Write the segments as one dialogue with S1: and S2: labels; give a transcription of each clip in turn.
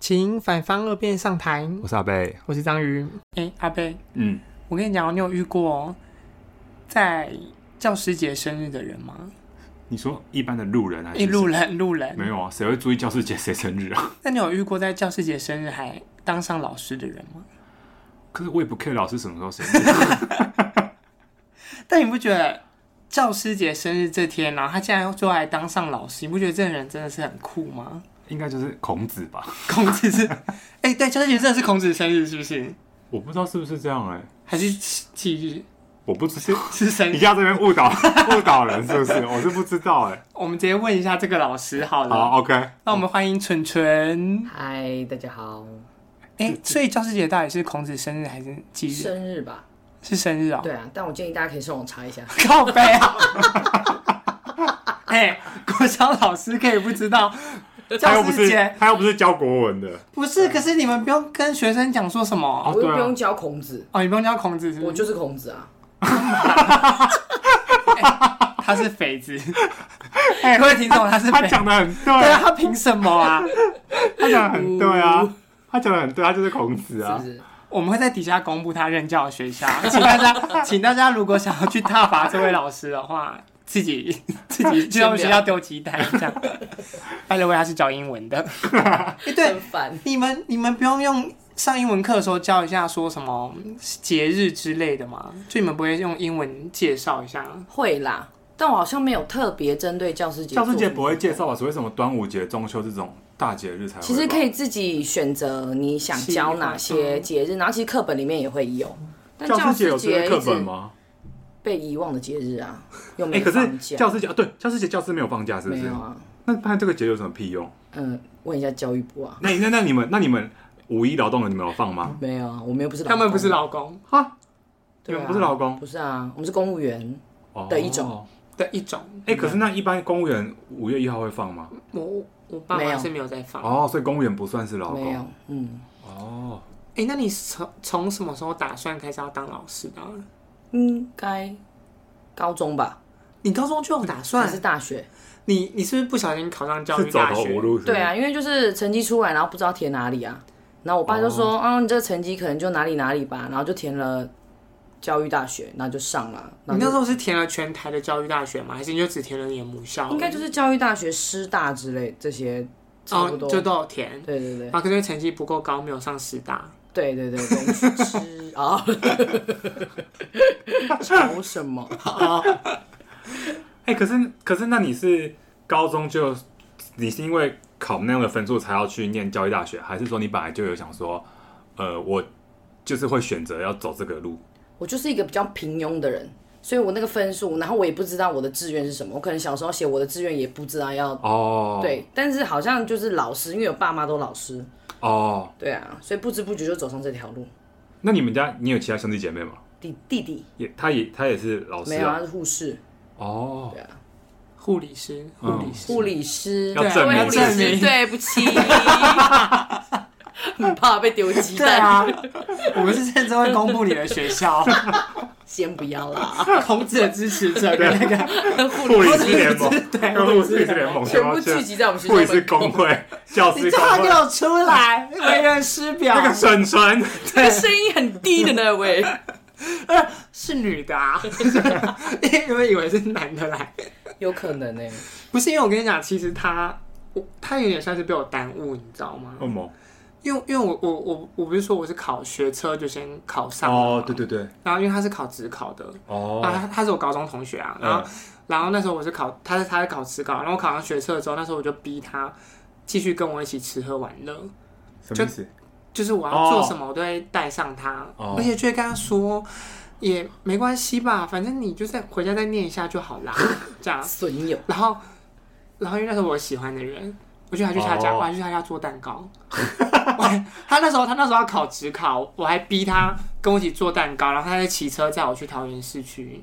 S1: 请反方二辩上台。
S2: 我是阿贝，
S1: 我是章鱼。哎、阿贝，
S2: 嗯，
S1: 我跟你讲哦，你有遇过在教师节生日的人吗？
S2: 你说一般的路人还是
S1: 一路人，路人。
S2: 没有啊？谁会注意教师节谁生日啊？
S1: 那你有遇过在教师节生日还当上老师的人吗？
S2: 可是我也不 care 老师什么时候生日，
S1: 但你不觉得教师节生日这天，然后他竟然最后还当上老师，你不觉得这个人真的是很酷 吗？
S2: 应该就是孔子吧？
S1: 孔子是，哎、对，教师节真的是孔子生日，是不是？
S2: 我不知道是不是这样哎、
S1: 还是忌忌日
S2: 我不知道，
S1: 是生
S2: 你
S1: 日？
S2: 在这边误导 误导人是不是？我是不知道哎、
S1: 我们直接问一下这个老师好了。
S2: 好，OK，
S1: 那我们欢迎纯纯。
S3: 嗨，大家好，
S1: 哎、所以教师节到底是孔子生日还是忌日？
S3: 生日吧？
S1: 是生日哦、
S3: 对啊，但我建议大家可以上网查一下。
S1: 靠背啊！ 哎、国小老师可以不知道
S2: 他
S1: 教
S2: 又不
S1: 师
S2: 是
S1: 节
S2: 他又不是教国文的，
S1: 不是？可是你们不用跟学生讲说什么
S2: 哦
S3: 我又
S2: 对啊嗯
S3: 不用教孔子，
S1: 哦，你不用教孔子是不
S3: 我
S1: 是？
S3: 就是孔子啊。
S1: 他是匪 子，哎、各位听众，他是
S2: 他
S1: 匪子。
S2: 讲的很对，
S1: 对啊，他凭什么啊？
S2: 他讲的很对啊，他讲的很对，他就是孔子
S3: 是
S2: 啊
S3: 不。是？
S1: 我们会在底下公布他任教的学 校，请大家，请大家如果想要去踏伐这位老师的话，自己自己去他们学校丢鸡蛋这 样。拜了，他是教英文的。哎，对
S3: 很，烦。
S1: 你们你们不用用上英文课的时候教一下说什么节日之类的吗？就你们不会用英文介绍一下？
S3: 会啦，但我好像没有特别针对教师节。
S2: 教师节不会介。绍吧？啊所谓什么端午节、中秋这种大节日才会吧。
S3: 其实可以自己选择你想教哪些节日，然后其实课本里面也会有。但
S2: 教师节有
S3: 师
S2: 这些
S3: 节
S2: 课
S3: 一
S2: 本
S3: 直
S2: 吗？
S3: 被遗忘的节日啊，又
S2: 哎、
S3: 没
S2: 可
S3: 放
S2: 是
S3: 假，
S2: 教师节啊，对，教师节教师没有放假，是不
S3: 没
S2: 是
S3: 有？啊。
S2: 那办这个节有什么屁用？
S3: 嗯，问一下教育部啊，
S2: 那那那你们那你们五一劳动了，你们有放吗？
S3: 没有啊，我们又不是老
S1: 他们不是
S3: 公，
S1: 老公
S2: 啊，你
S3: 对啊
S2: 们不是劳工
S3: 不是啊，我们是公务员。
S2: 哦
S3: 的一种。
S1: 的一种。
S2: 哎、可是那一般公务员五月一号会放吗？
S1: 我我爸
S3: 没
S1: 妈
S3: 有
S1: 是没有在放。哎、
S2: 哦，所以公务员不算是劳
S3: 没
S2: 工。
S3: 有，嗯，
S2: 哦，
S1: 那你从从什么时候打算开始要当老师的啊、
S3: 应该高中吧，
S1: 你高中就有打
S3: 还
S1: 算
S3: 是？大学？
S1: 你你是不是不小心考上教
S2: 是
S1: 育
S2: 走
S1: 大
S2: 投无
S1: 学？
S2: 路是不是
S3: 对，啊，因为就是成绩出来，然后不知道填哪里啊，然后我爸就说，啊，你这个成绩可能就哪里哪里吧，然后就填了教育大学，然后就上了，
S1: 你
S3: 然
S1: 那
S3: 后
S1: 时候是填了全台的教育大学吗？还是你就只填了你的母校？哦
S3: 就应该就是教育大学、师大之类这些，差不
S1: 哦
S3: 多。，
S1: 就都有填。啊
S3: 对对对
S1: 然后可是成绩不够高，没有上师大。
S3: 对对对，龙之啊，吵什么？
S2: 哎、可是可是那你是高中就你是因为考那样的分数才要去念教育大学，还是说你本来就有想说，呃，我就是会选择要走这个路？
S3: 我就是一个比较平庸的人，所以我那个分数，然后我也不知道我的志愿是什么，我可能小时候写我的志愿也不知道要
S2: 哦，，
S3: 对，但是好像就是老师，因为我爸妈都老师，
S2: 哦，
S3: 对啊，所以不知不觉就走上这条路。
S2: 那你们家你有其他兄弟姐妹吗？
S3: 弟弟弟
S2: 也，他也他也是老师
S3: 没有啊，
S2: 啊。
S3: 他是护士，
S2: 哦，
S3: 对啊，
S1: 护理师，护
S2: 嗯
S1: 理师，
S3: 护理师，
S2: 要
S3: 对啊
S2: 证明
S3: 我也护理
S1: 证明
S3: 师， 对啊不起， 很怕被丢鸡
S1: 对
S3: 蛋，
S1: 啊， 我们是甚至会公布你的学 校。
S3: 先不要啦，
S1: 孔子的支持者跟那个
S2: 护理师联盟，
S1: 对
S2: 跟护理师联盟，
S3: 全部聚集在我们学校
S2: 护理师
S3: 门口，
S2: 工会、教
S1: 你
S2: 师
S1: 最
S2: 工
S1: 好给
S2: 会。
S1: 我出来，为人师表。
S2: 那 个沈纯，
S3: 这个声音很低的那位，
S1: 呃是女的啊， 因为以为是男的来，
S3: 有可能欸呢、
S1: 不是因为我跟你讲，其实他我他有点算是被我耽误，你知道吗？
S2: 恶魔
S1: 因为因为我我我我不是说我是考学车就先考上了
S2: 哦
S1: 嘛，
S2: 对对对，
S1: 然后因为他是考职考的，啊，
S2: 哦，
S1: 他他是我高中同学啊，然后、
S2: 嗯
S1: 然后那时候我是考，他是他是考职考，然后我考上学测之后，那时候我就逼他继续跟我一起吃喝玩乐，
S2: 什么意思？
S1: 就是我
S2: 哦
S1: 要做什么我都会带上他，
S2: 哦
S1: 而且就会跟他说。也没关系吧，反正你就再回家再念一下就好 啦，这样。
S3: 损友，
S1: 然后，然后因为那时候我喜欢的人，我就还去他家，
S2: 哦
S1: 我还去他家做蛋糕。 我还他那时候他那时候要考职考，我还逼他跟我一起做蛋糕，然后他在骑车载我去桃园市区，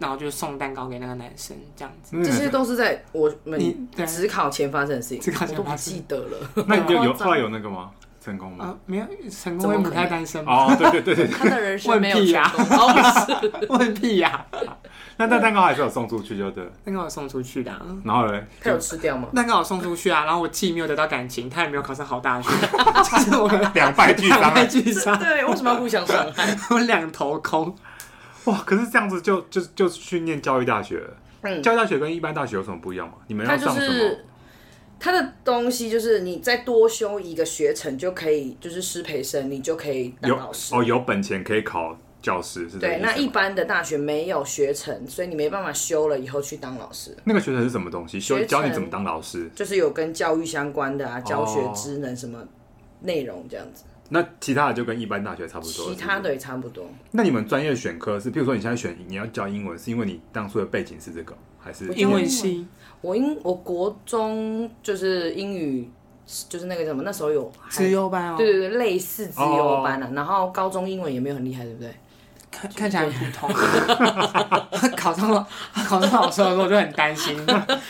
S1: 然后就送蛋糕给那个男生这样子。
S2: 嗯
S3: 这些都是在我
S1: 你
S3: 们
S1: 对
S3: 职考前发生的事
S1: 职
S3: 情，
S1: 考
S3: 我
S1: 前
S3: 都
S1: 发
S3: 不
S1: 生
S3: 记得了。
S2: 那你就
S1: 夸
S2: 有
S1: 张
S2: 后来有那个吗？成功吗？
S1: 啊，没有成
S3: 怎
S1: 功
S3: 么
S1: 会
S3: 可
S1: 母
S3: 能
S2: 哦
S1: 胎单身吗？
S2: 哦，对对对对，对
S3: 他的人
S1: 问
S3: 生没有
S1: 屁
S3: 成
S1: 呀
S3: 功，哦，不是
S1: 问屁呀、
S2: 那但蛋糕还是有送出去就对了。
S1: 蛋糕我送出去的、啊，
S2: 然后嘞，
S3: 他有吃掉吗？
S1: 蛋糕我送出去啊，然后我既没有得到感情，他也没有考上好大学，就是我们
S2: 两败俱伤
S1: 两
S2: 啊
S1: 败！俱伤，
S3: 对，为什么要互相伤害？
S1: 我两头空。
S2: 哇，可是这样子就就就去念教育大学了，
S3: 嗯，
S2: 教育大学跟一般大学有什么不一样吗？你们
S3: 他
S2: 要
S3: 就
S2: 上什
S3: 是
S2: 么？
S3: 他的东西就是你再多修一个学程就可以，就是师培生，你就可以当
S2: 有
S3: 老师。
S2: 哦，有本钱可以考教师是这个
S3: 对，
S2: 意思吗
S3: 那一般的大学没有学程，所以你没办法修了以后去当老师，
S2: 那个学程是什么东西？
S3: 学
S2: 教教
S3: 程
S2: 你怎么当老师？
S3: 就是有跟教育相关的啊，教学职能什么内容这样子，
S2: 那其他的就跟一般大学差不多。是不是
S3: 其他的也差不多。
S2: 那你们专业选科是，譬如说你现在选你要教英文，是因为你当初的背景是这个，还是
S1: 英文系
S3: 我英我国中就是英语，就是那个叫什么，那时候有还
S1: 资优班哦，
S3: 对对对，类似资优班
S2: 哦
S3: 啊。然后高中英文也没有很厉害，对不对？
S1: 看看起来很普通。 考上了，考上老师的时候我就很担心，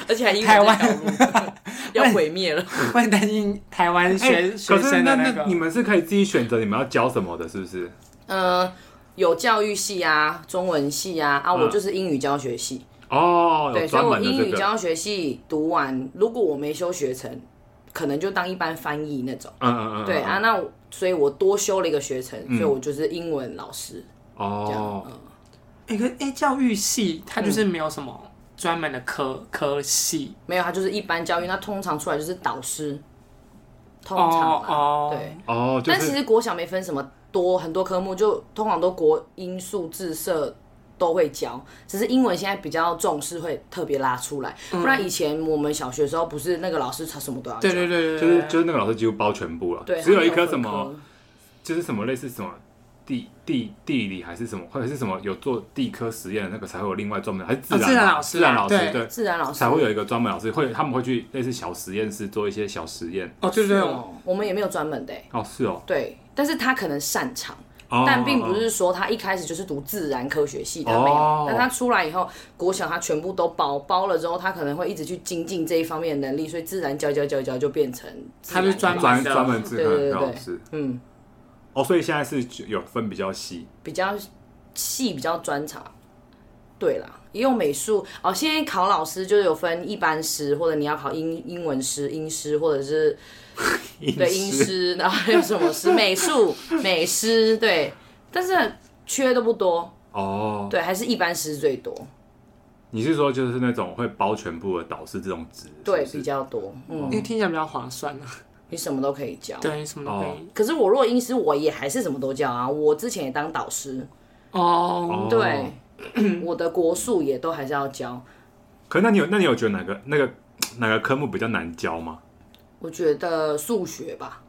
S3: 而且还英
S1: 台湾
S3: 湾要毁灭了。
S1: 我很担心台湾
S2: 哎
S1: 学
S2: 可
S1: 学
S2: 是
S1: 生
S2: 那
S1: 的个
S2: 你。们是可以自己选择你们要教什么的，是不是？
S3: 呃，有教育系啊，中文系啊，啊，
S2: 嗯
S3: 我就是英语教学系。
S2: 哦，有
S3: 对，所以
S2: 专
S3: 我
S2: 门
S3: 英
S2: 的
S3: 语
S2: 这个。
S3: 教学系读完，如果我没修学成，可能就当一般翻译那种。
S2: 嗯嗯嗯，嗯
S3: 对啊，。那我所以我多修了一个学程，
S2: 嗯
S3: 所以我就是英文老师这样。
S2: 哦，
S3: 嗯
S1: 哎、可哎、教育系它就是没有什么专门的科、科系，
S3: 没有，他就是一般教育，那通常出来就是导师，通常
S1: 哦
S3: 啊，
S1: 哦，
S3: 对。
S2: 哦，就
S3: 但其
S2: 是
S3: 实国小没分什么多很多科目，就通常都国英数自社都会教，只是英文现在比较重视，会特别拉出来。不
S2: 嗯
S3: 然以前我们小学的时候，不是那个老师他什么都要教，
S1: 对对对对，
S2: 就是
S1: 对
S2: 就是那个老师几乎包全部了，
S3: 对，
S2: 只有一
S3: 科
S2: 科什么，就是什么类似什么地地地理还是什么，或者是什么有做地科实验的那个才会有另外专门，还是自
S1: 哦
S2: 然
S1: 自然
S2: 吧
S1: 老师啊
S2: 自然老师
S1: 对
S2: 对，
S3: 自然老师
S2: 才会有一个专门老师会他们会去类似小实验室做一些小实验。
S1: 哦对对对，
S3: 哦，我们也没有专门的欸、
S2: 哦，是哦，
S3: 对，但是他可能擅长。
S2: 哦
S3: 但并不是说他一开始就是读自然科学系，他没
S2: 哦
S3: 有。但他出来以后，国小他全部都包包了之后，他可能会一直去精进这一方面的能力，所以自然教教教教就变成自然
S1: 他是专
S3: 科
S2: 专
S1: 门的
S2: 专门自
S3: 对对
S2: 科
S3: 对
S2: 老
S3: 对
S2: 师
S3: 嗯
S2: 哦，所以现在是有分比较细
S3: 比较细比较专长。对啦，也有美术哦。现在考老师就是有分一般师，或者你要考英英文师、英师，或者是对英师， 然后还有什么师？美术、美师，对。但是缺都不多，
S2: 哦。
S3: 对，还是一般师最多。
S2: 你是说就是那种会包全部的导师这种职？是
S3: 对，
S2: 哦不
S3: 比
S2: 是
S3: 较多。嗯
S1: 因，为听起来比较划算
S2: 嗯
S1: 啊，
S3: 你什么都可以教。
S1: 对，什么都可以。
S3: 可是我若英师，我也还是什么都教啊。我之前也当导师，
S1: 哦，
S2: 哦
S3: 对， 我的国术也都还是要教。
S2: 可那你有那你有觉得哪个那个哪个科目比较难教吗？
S3: 我觉得数学吧，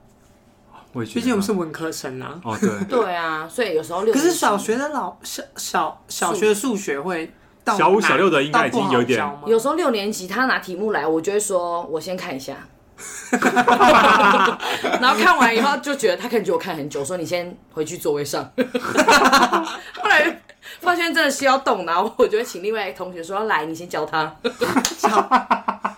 S2: 我也觉
S1: 毕
S2: 得
S1: 竟我们是文科生啊。
S2: 哦对
S3: 对啊，所以有时候六
S1: 可
S3: 年级。
S1: 是小学的老小小小学的数学会到
S2: 小五小
S1: 难
S2: 六的应该已经
S1: 到不好
S2: 有点
S1: 教吗
S3: 有时候六年级他拿题目来，我就会说我先看一下， 然后看完以后就觉得他可能觉得我看很久，说你先回去座位上。后来发现真的需要动，然后我就会请另外一个同学说来，你先教他。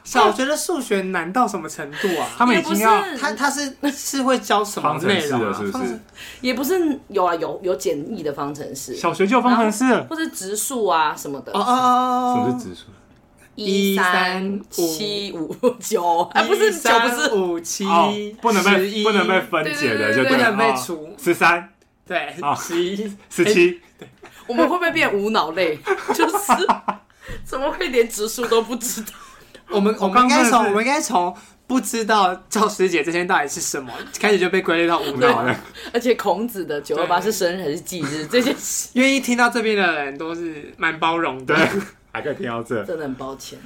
S1: 小学的数学难到什么程度啊？
S2: 他们已
S3: 也不
S2: 经
S3: 是
S2: 要
S1: 他他是是会教什么
S2: 方程
S1: 内
S2: 式
S1: 容
S2: 了，
S1: 啊？
S2: 是不
S1: 方
S2: 是
S1: 程？
S3: 也不是有啊，有有简易的方程式，
S2: 小学就有方程式了，
S3: 或者植树啊什么的
S1: 哦，哦哦
S2: 什
S1: 哦，
S2: 么是指数？
S1: 一
S3: 三七五九，哎，不是九，不是
S1: 五七
S2: 哦，，不能被
S1: 11
S2: 不能被哦分解的，就
S3: 对对对对
S1: 不能被
S2: 除。
S1: 除，
S2: 十三、
S1: 对
S2: 哦，
S1: 十一
S2: 十七，
S3: 哎我们会不会变无脑类？ 就是怎么会连植树都不知道？
S1: 我们我们
S2: 刚
S1: 应该
S2: 真的
S1: 从
S2: 是
S1: 我们应该从不知道教师节这天到底是什么，开始就被归类到无
S2: 不要
S1: 脑
S2: 了
S1: 了。
S3: 而且孔子的九二八是生日还是忌日这件事，
S1: 愿意听到这边的人都是蛮包容的
S2: 对，还可以听到这
S3: 真的很抱歉。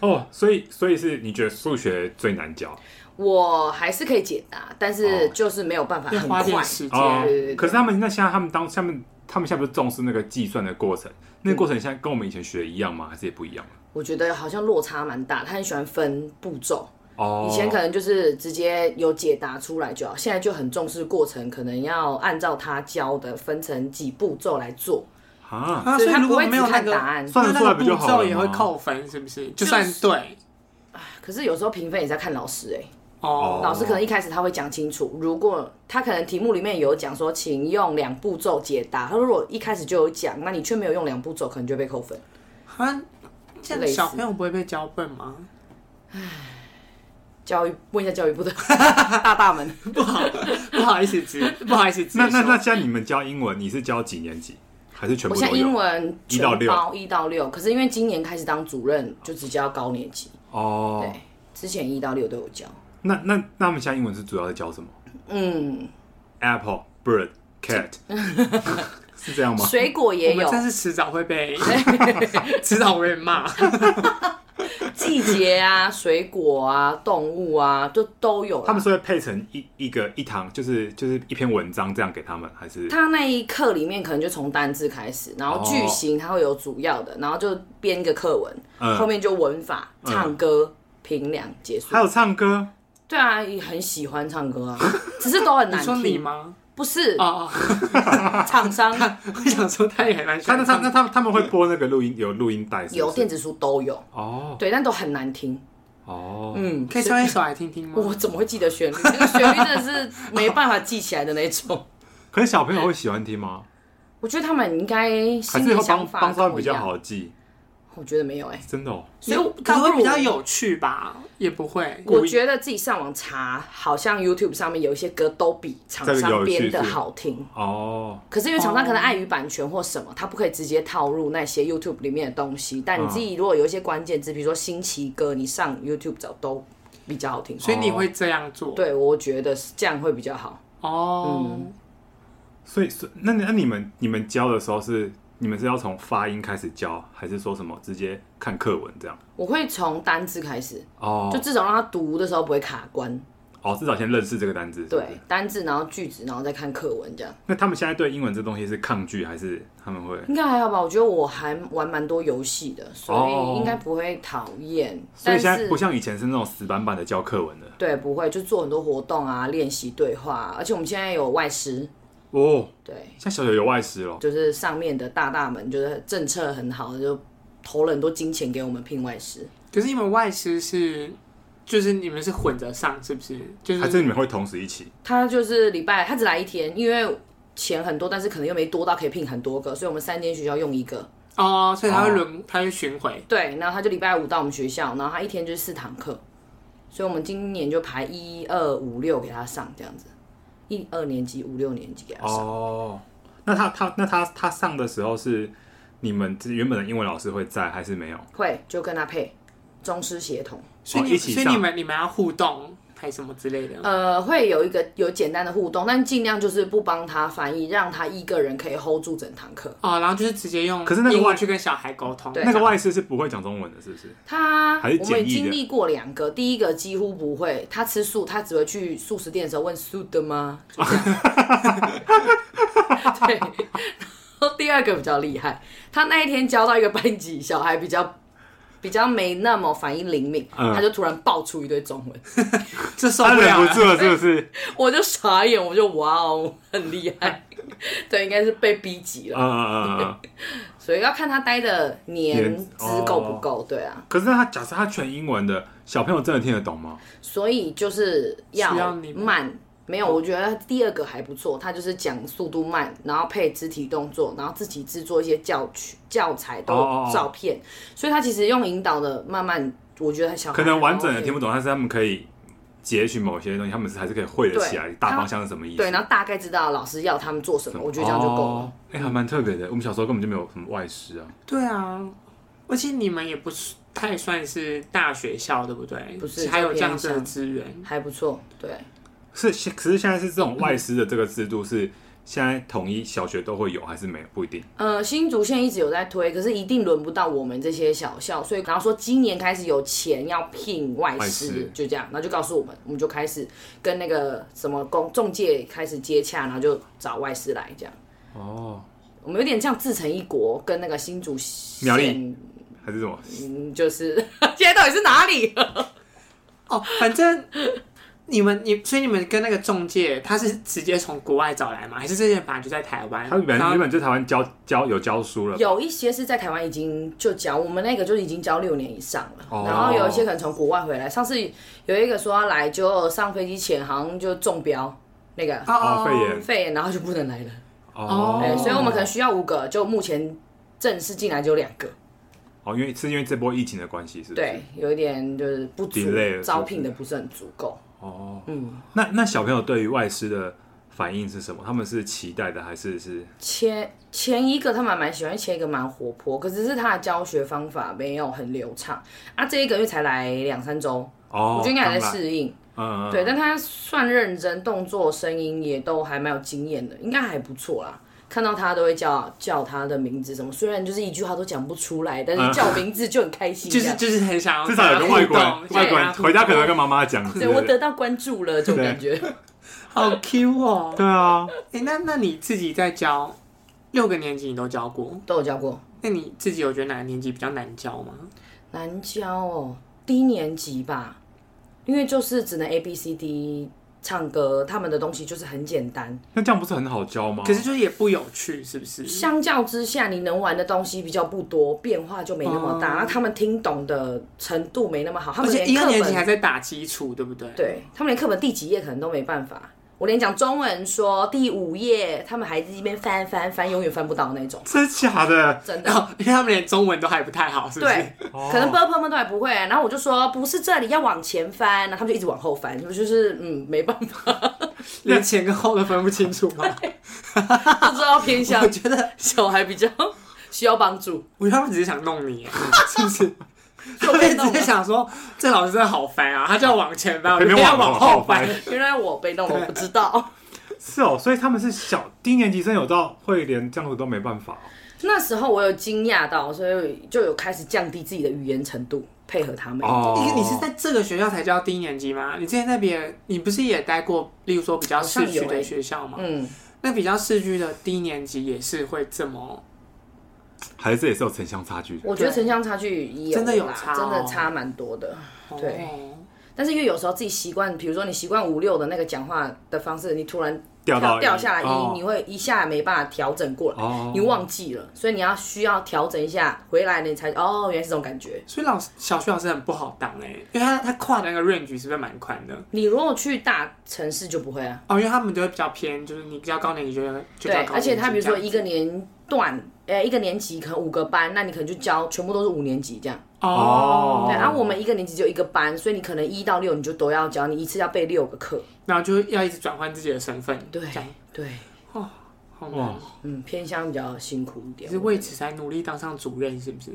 S2: 哦。所以所以是你觉得数学最难教
S3: 我还是可以解答，但是就是没有办法
S1: 哦要
S3: 很
S1: 花点
S3: 快。
S1: 时间。
S2: 哦
S3: 对对对
S2: 可是他们那现在他们当他们他们现在不是重视那个计算的过程，那个过程现在跟我们以前学的一样吗？还是也不一样？
S3: 我觉得好像落差蛮大，他很喜欢分步骤。
S2: 哦，
S3: 以前可能就是直接有解答出来就好，现在就很重视过程，可能要按照他教的分成几步骤来做，
S2: 啊，
S1: 啊，所
S3: 所以
S1: 以
S3: 他
S1: 如
S3: 不
S1: 果
S3: 会
S1: 没
S3: 只
S1: 有那
S3: 看
S1: 个
S3: 答案。
S2: 算得出来
S1: 那
S2: 不
S1: 个
S2: 就
S1: 步
S2: 好了吗
S1: 骤也会扣分，是不是？就算对
S3: 可是有时候评分也是要看老师哎、
S1: 哦，
S3: 老师可能一开始他会讲清楚，如果他可能题目里面有讲说，请用两步骤解答，他如果一开始就有讲，那你却没有用两步骤，可能就被扣分。
S1: 啊，这样
S3: 类似
S1: 小朋友不会被教笨吗？
S3: 教育问一下教育 部的大大们，
S1: 不好， 不好意思直，不好意思直
S2: 那
S1: 说
S2: 那那，现在你们教英文，你是教几年级？还是全
S3: 我
S2: 部
S3: 现
S2: 都
S3: 在英
S2: 有？
S3: 文
S2: 一到六
S3: 全包一到六，可是因为今年开始当主任，就只教高年级。
S2: 哦，
S3: 对，之前一到六都有教。
S2: 那那那他们现在英文是主要在教什么
S3: 嗯，
S2: ？Apple, bird, cat，是这样吗？
S3: 水果也
S1: 我们
S3: 有，
S1: 真是迟早会 被，迟早会被骂。
S3: 季节啊、水果啊、动物啊，都都有啦。
S2: 他们是会配成一一个一堂，就是就是一篇文章这样给他们，还是
S3: 他那一课里面可能就从单字开始，然后句型它会有主要的，然后就编一个课文，
S2: 嗯
S3: 后面就文法、
S2: 嗯
S3: 唱歌、评量结束
S2: 还。有唱歌？
S3: 对啊，也很喜欢唱歌啊，只是都很
S1: 你
S3: 难
S1: 说
S3: 听。
S1: 你吗？
S3: 不是
S1: 哦，哦，
S3: 厂商
S1: 我想说他也很难
S2: 他
S1: 选。
S2: 那他那他们他们会播那个录音有录音带是不是，
S3: 嗯有电子书都有，
S2: 哦
S3: 对，但都很难听。
S2: 哦，
S3: 嗯，
S1: 可以唱一首来听听吗？
S3: 我怎么会记得旋律？那个旋律真的是没办法记起来的那种。
S2: 可是小朋友会喜欢听吗？
S3: 我觉得他们应该
S2: 还
S3: 心
S2: 是
S3: 里
S2: 会帮
S3: 想法
S2: 帮他
S3: 跟
S2: 们
S3: 我
S2: 比
S3: 一
S2: 较
S3: 样。
S2: 好记？
S3: 我觉得没有哎、
S2: 真的哦，
S1: 所
S3: 所以我
S1: 以可能会比
S3: 倒
S1: 较
S3: 不如
S1: 有趣吧，也不会。
S3: 我觉得自己上网查，好像 YouTube 上面有一些歌都比厂
S2: 这个有
S3: 商
S2: 趣
S3: 编的
S2: 是
S3: 好听，
S2: 哦，
S3: 可是因为厂
S1: 哦
S3: 商可能碍于版权或什么，他不可以直接套入那些 YouTube 里面的东西。但你
S2: 嗯
S3: 自己如果有一些关键字，比如说新奇歌，你上 YouTube 找都比较好听。哦
S1: 所以你会这样做？
S3: 对，我觉得是这样会比较好。
S1: 哦，
S2: 所以所以那那你们你们教的时候是你们是要从发音开始教，还是说什么直接看课文这样？
S3: 我会从单字开始，
S2: 哦
S3: 就至少让他读的时候不会卡关。
S2: 哦，至少先认识这个单字。是不是
S3: 对，，单字，然后句子，然后再看课文这样。
S2: 那他们现在对英文这东西是抗拒，还是他们会？
S3: 应该还好吧？我觉得我还玩蛮多游戏的，所
S2: 哦
S3: 以应该不会讨厌。
S2: 所以
S3: 但
S2: 现在
S3: 是
S2: 不像以前是那种死板板的教课文的
S3: 对，不会就做很多活动啊，练习对话啊、而且我们现在有外师，
S2: 哦。
S3: 对，
S2: 现在小小有外师了，
S3: 就是上面的大大们就是政策很好的，就投了很多金钱给我们聘外师。
S1: 可是你们外师是，就是你们是混着上，是不是？就是
S2: 还是你们会同时一起？
S3: 他就是礼拜他只来一天，因为钱很多，但是可能又没多到可以聘很多个，所以我们三间学校用一个。
S1: 哦，所以他会轮，他会巡回。
S3: 对，然后他就礼拜五到我们学校，然后他一天就是四堂课，所以我们今年就排一二五六给他上这样子，一二年级五六年级给他上。
S2: 哦，那他他那他他上的时候是你们原本的英文老师会在，还是没有？哦
S3: 会就跟他配中师协同，
S1: 所以你
S2: 一起
S1: 哦所
S2: 上
S1: 以你们你们要互动还是什么之类
S2: 啊
S1: 的？
S3: 呃，会有一个有简单的互动，但尽量就是不帮他翻译，让他一个人可以 hold 住整堂课。
S1: 哦，然后就是直接用，
S2: 可是那个
S1: 英
S2: 外
S1: 文去跟小孩沟通。
S3: 对
S2: 那个外师是不会讲中文的，是不是？
S3: 他
S2: 还是
S3: 我
S2: 简易
S3: 们
S2: 的
S3: 经历过两个，第一个几乎不会，他吃素，他只会去素食店的时候问素的吗？ 就这样对。 然后第二个比较厉害，他那一天教到一个班级小孩比较比较没那么反应灵敏，
S2: 嗯
S3: 他就突然爆出一堆中文，
S1: 这受
S2: 他
S1: 不
S2: 忍
S1: 了
S2: 不
S1: 了，啊
S2: 住了，是 不是？
S3: 我就傻眼，我就哇哦，很厉害。对，应该是被逼急了。
S2: 嗯嗯嗯嗯嗯。
S3: 所以要看他待的年资
S2: 哦
S3: 够不够，对啊，
S2: 可是他假设他全英文的，小朋友真的听得懂吗？
S3: 所以就是
S1: 需要
S3: 要
S1: 你
S3: 慢。没有，我觉得第二个还不错，他就是讲速度慢，然后配肢体动作，然后自己制作一些教曲教材都
S2: 哦哦哦
S3: 有照片，所以他其实用引导的慢慢，我觉得他小孩
S2: 可能完整的
S3: 还
S2: 听不懂，但是他们可以截取某些东西，他们是还是可以会得起来
S3: 对
S2: 大方向是什么意思。
S3: OK 对，然后大概知道老师要他们做什么，我觉得这样就够了。
S2: 哦。哎、还蛮特别的，我们小时候根本就没有什么外师啊。
S1: 对啊，而且你们也不是太算是大学校，对不对？
S3: 不是
S1: 还有这
S3: 就偏
S1: 样子的
S3: 向
S1: 资源。
S3: 还不错，对，
S2: 是，现可是现在是这种外师的这个制度是现在统一小学都会有，还是没有？不一定。
S3: 呃，新竹县一直有在推，可是一定轮不到我们这些小校，所以然后说今年开始有钱要聘外
S2: 外
S3: 师
S2: 师，
S3: 就这样，然后就告诉我们，我们就开始跟那个什么公中介开始接洽，然后就找外师来这样。
S2: 哦，
S3: 我们有点像自成一国，跟那个新竹
S2: 苗
S3: 县，
S2: 栗还是什么？
S3: 嗯，就是 现在到底是哪 里？
S1: 哦，反正你们你，所以你们跟那个中介，他是直接从国外找来吗？还是这些人本来就在台湾？
S2: 他们原
S1: 然
S2: 本
S1: 后
S2: 原本就台湾教教有教书了吧，
S3: 有一些是在台湾已经就教，我们那个就已经教六年以上了。
S2: 哦
S3: 然后有一些可能从国外回来，上次有一个说要来，就上飞机前好像就中标那个。
S2: 哦肺炎
S3: 肺炎，然后就不能来了。哎
S2: 哦
S3: 哎、所以我们可能需要五个，就目前正式进来只有两个。
S2: 哦，因为是因为这波疫情的关系，是不是？
S3: 对，有一点就是不足
S2: Delay 了是不，是
S3: 招聘的不是很足够。
S2: 哦，
S3: 嗯，
S2: 那那小朋友对于外师的反应是什么？他们是期待的还是是
S3: 前前一个他们还蛮喜欢，前一个蛮活泼，可是是他的教学方法没有很流畅啊。这一个月才来两三周，
S2: 哦？
S3: 我觉得应该还在
S2: 刚来，
S3: 适应。
S2: 嗯，嗯
S3: 对，但他算认真，动作、声音也都还蛮有经验的，应该还不错啦。看到他都会叫叫他的名字什么，虽然就是一句话都讲不出来，但
S2: 嗯
S3: 是叫名字就很 开心这
S1: 就是
S3: 样。
S1: 就是很想要
S2: 至少有个外国人，
S1: 跟他互动
S2: 外国人回家可能跟妈妈讲，
S3: 对
S2: 是不
S3: 我
S2: 是
S3: 得到关注了，这种感觉。
S1: 好 Q 哦。
S2: 对啊，
S1: 哎、那那你自己在教六个年级，你都教过，
S3: 都有教过
S1: 那你自己有觉得哪个年级比较难教吗？
S3: 难教哦，低年级吧，因为就是只能 A B C D 唱歌，他们的东西就是很简单。
S2: 那这样不是很好教吗？
S1: 可是就是也不有趣，是不是？
S3: 相较之下，你能玩的东西比较不多，变化就没那么大，
S1: 哦
S3: 那、他们听懂的程度没那么好，他
S1: 而
S3: 们
S1: 且
S3: 连
S1: 一
S3: 课
S1: 二年级
S3: 本
S1: 还在打基础，对不对？
S3: 对他们连课本第几页可能都没办法。我连讲中文说第五页，他们还在那边翻翻翻，永远翻不到那种，
S2: 真假的？
S3: 真的
S1: 然。后因为他们连中文都还不太好，是不是？
S3: 对，
S2: 哦
S3: 可能 b u r p l e 们都还不会。然后我就说不是这里，要往前翻，然后他们就一直往后翻，我就是嗯没办法，
S1: 连前跟后都分不清 楚吗？
S3: 不知道偏向
S1: 我觉得，
S3: 小孩比较需要帮 助，
S1: 我觉得他们只是想弄 你，是不是？
S3: 就
S1: 他
S3: 被
S1: 们
S3: 弄
S1: 只是
S3: 了。
S1: 想说，这老师真的好烦啊，他就要往前翻，我
S2: 偏
S1: 就
S2: 偏
S1: 不要
S2: 往
S1: 往
S2: 后
S1: 后翻。
S2: 翻
S3: 原来我被弄了，我 不知道。
S2: 是哦，所以他们是小低年级生，有到会连这样子都没办法哦、
S3: 那时候我有惊讶到，所以就有开始降低自己的语言程度，配合他们。
S2: 哦
S1: 你你是在这个学校才教低年级吗？你之前在别人，你不是也待过，例如说比较市区
S3: 好像有
S1: 的
S3: 欸
S1: 学校吗？
S3: 嗯，
S1: 那比较市区的低年级也是会这么，
S2: 还是也是有城乡差距的？
S3: 我觉得城乡差距也
S1: 真的有
S3: 啦
S1: 差哦
S3: 真的差蛮多的。对
S1: 哦
S3: 但是因为有时候自己习惯，比如说你习惯五六的那个讲话的方式，你突然
S1: 啊
S2: 掉到
S3: 掉下来一，
S2: 哦
S3: 你会一下没办法调整过来，
S2: 哦
S3: 你忘记了，所以你要需要调整一下，回来你才哦，原来是这种感觉。
S1: 所以老师小学老师很不好当哎、因为他他跨的那个 range 是不是蛮宽的？
S3: 你如果去大城市就不会啊，
S1: 哦，因为他们都会比较偏，就是你比较高年级就就比
S3: 对
S1: 较，高
S3: 而且
S1: 年级
S3: 他比如说
S1: 这样
S3: 一个年段，呃，一个年级可能五个班，那你可能就教全部都是五年级这样。
S1: 哦，
S3: 对，
S2: 哦
S3: 啊，我们一个年级就一个班，所以你可能一到六你就都要教，你一次要备六个课。
S1: 然后就要一直转换自己的身份，
S3: 对
S1: 这样
S3: 对，
S1: 好
S2: 哇
S1: 难。
S3: 嗯，偏乡比较辛苦一
S1: 你
S3: 点
S1: 是。为此才努力当上主任，是不是？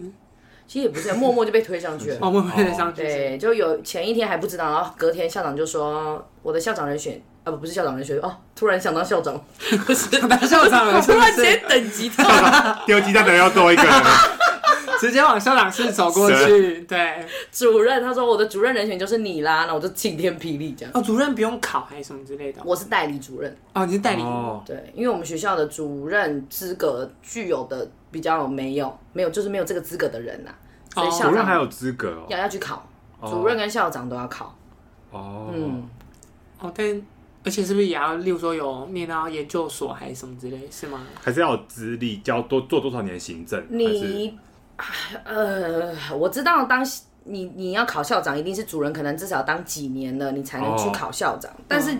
S3: 其实也不是，默默就被推上 去了。
S1: 哦，我们为了上去，
S3: 对，就有前一天还不知道，然后隔天校长就说我的校长人选啊，不不是校长人选哦，突然想当校长，不是
S1: 当校长了，是
S3: 哦
S1: 不
S3: 突 然
S1: 是？
S3: 间等级跳了，
S2: 丢鸡蛋的要多一个人，
S1: 直接往校长室走过去，对。
S3: 主任他说我的主任人选就是你啦，那我就晴天霹雳这样。
S1: 哦，主任不用考还是什么之类的哦。
S3: 我是代理主任，
S1: 哦，你是代理，
S2: 哦
S3: 对，因为我们学校的主任资格具有的比较没有，没有就是没有这个资格的人呐、所以
S1: 哦
S3: 校
S2: 主任还
S3: 长
S2: 有资格哦
S3: 要要去考，
S2: 哦
S3: 主任跟校长都要考，
S2: 哦，
S3: 嗯，
S1: 哦，但而且是不是也要，例如说有念到研究所还是什么之类，是吗？
S2: 还是要有资历，教多做多少年行政？还是
S3: 你，呃，我知道当你你要考校长，一定是主任，可能至少当几年了，你才能去
S2: 哦
S3: 考校长。但是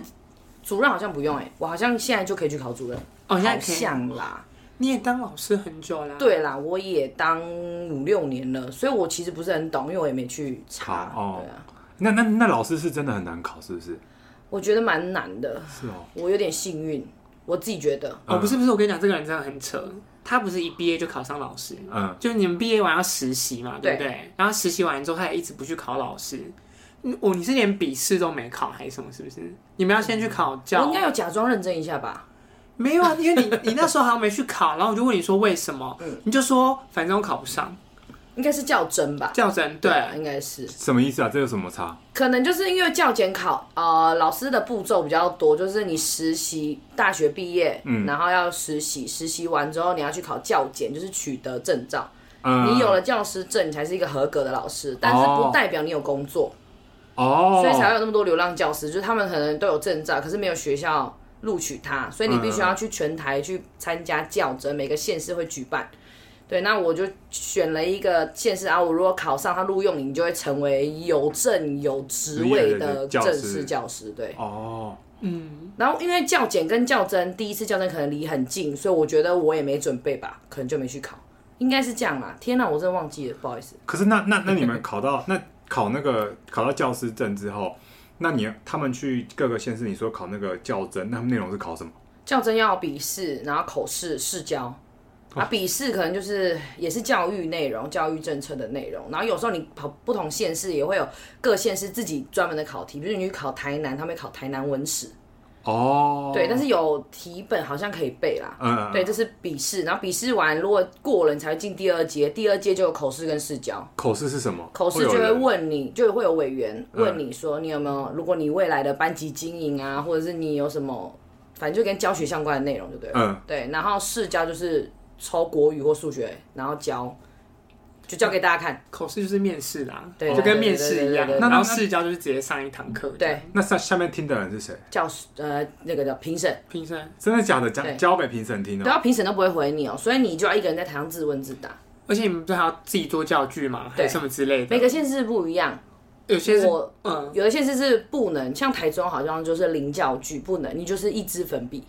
S3: 主任好像不用哎、我嗯好像现在就可以去考主任，
S1: 哦，现在
S3: 好
S1: 可以。
S3: 像啦。
S1: 你也当老师很久啊啦。。
S3: 对啦，我也当五六年了，所以我其实不是很懂，因为我也没去查。
S2: 考哦
S3: 对啊，
S2: 那那那老师是真的很难考，是不是？
S3: 我觉得蛮难的，
S2: 是哦，
S3: 我有点幸运，我自己觉得。
S1: 哦，不是不是，我跟你讲，这个人真的很扯。他不是一毕业就考上老师，
S2: 嗯，
S1: 就是你们毕业完要实习嘛，对不
S3: 对
S1: 对？然后实习完之后，他也一直不去考老师。嗯哦，你是连笔试都没考还是什么？是不是？你们要先去考
S3: 嗯我
S1: 教
S3: 应？该有假装认真一下吧？
S1: 没有啊，因为你 你那时候好像没去考，然后我就问你说为什么，
S3: 嗯
S1: 你就说反正我考不上，
S3: 应该是较真吧？
S1: 较真对。
S3: 啊应该是。
S2: 什么意思啊？这有什么差？
S3: 可能就是因为教检考，呃，老师的步骤比较多，就是你实习，大学毕业，
S2: 嗯
S3: 然后要实习，实习完之后你要去考教检，就是取得证照。
S2: 嗯，
S3: 你有了教师证，你才是一个合格的老师，但是
S2: 哦
S3: 不代表你有工作，
S2: 哦，
S3: 所以才会有那么多流浪教师，就是他们可能都有证照，可是没有学校录取他，所以你必须要去全台去参加教甄，每个县市会举办。对，那我就选了一个县市啊，我如果考上他录用你，你就会成为有证有职位的正式教师。对，
S2: 哦，
S3: 然后因为教检跟教甄第一次教甄可能离很近，所以我觉得我也没准备吧，可能就没去考。应该是这样啦。天哪，我真的忘记了，不好意思。
S2: 可是那那那你们考到那考那个考到教师证之后，那你他们去各个县市，你说考那个教甄，那他们内容是考什么？
S3: 较真要笔试，然后口试、试教。啊，笔试可能就是也是教育内容、教育政策的内容，然后有时候你跑不同县市也会有各县市自己专门的考题，比如你去考台南，他们会考台南文史，
S2: 哦，
S3: 对，但
S2: 是
S3: 是有题本好像可以背啦。
S2: 嗯，
S3: 对，这是笔试，然后笔试完如果过了，你才会进第二阶，第二阶就有口试跟试教。
S2: 口试是什么？
S3: 口试
S2: 有
S3: 就会
S2: 人
S3: 问你，就会有委员
S2: 嗯
S3: 问你说你有没有，如果你未来的班级经营啊，或者是你有什么，反正就跟教学相关的内容，对不对了？
S2: 嗯
S3: 对，然后试教就是抽国语或数学，然后教，就教给大家看。
S1: 口试就是面试啦，
S3: 对
S1: 就跟面试一样。
S3: 对对对对对
S1: 然后试教就是直接上一堂课。
S3: 对，，
S2: 那下下面听的人是谁？
S3: 教呃那个叫评审，
S1: 评审，
S2: 真的假的？
S3: 对
S2: 讲交给评审听
S3: 对
S2: 哦。
S3: 啊，评审都不会回你哦，所以你就要一个人在台上自问自答。
S1: 而且你们不是还要自己做教具吗？还
S3: 对
S1: 是什么之类的？
S3: 每个县市不一样，
S1: 有些是
S3: 我
S1: 嗯，
S3: 有的县市是不能，像台中好像就是零教具不能，你就是一支粉笔。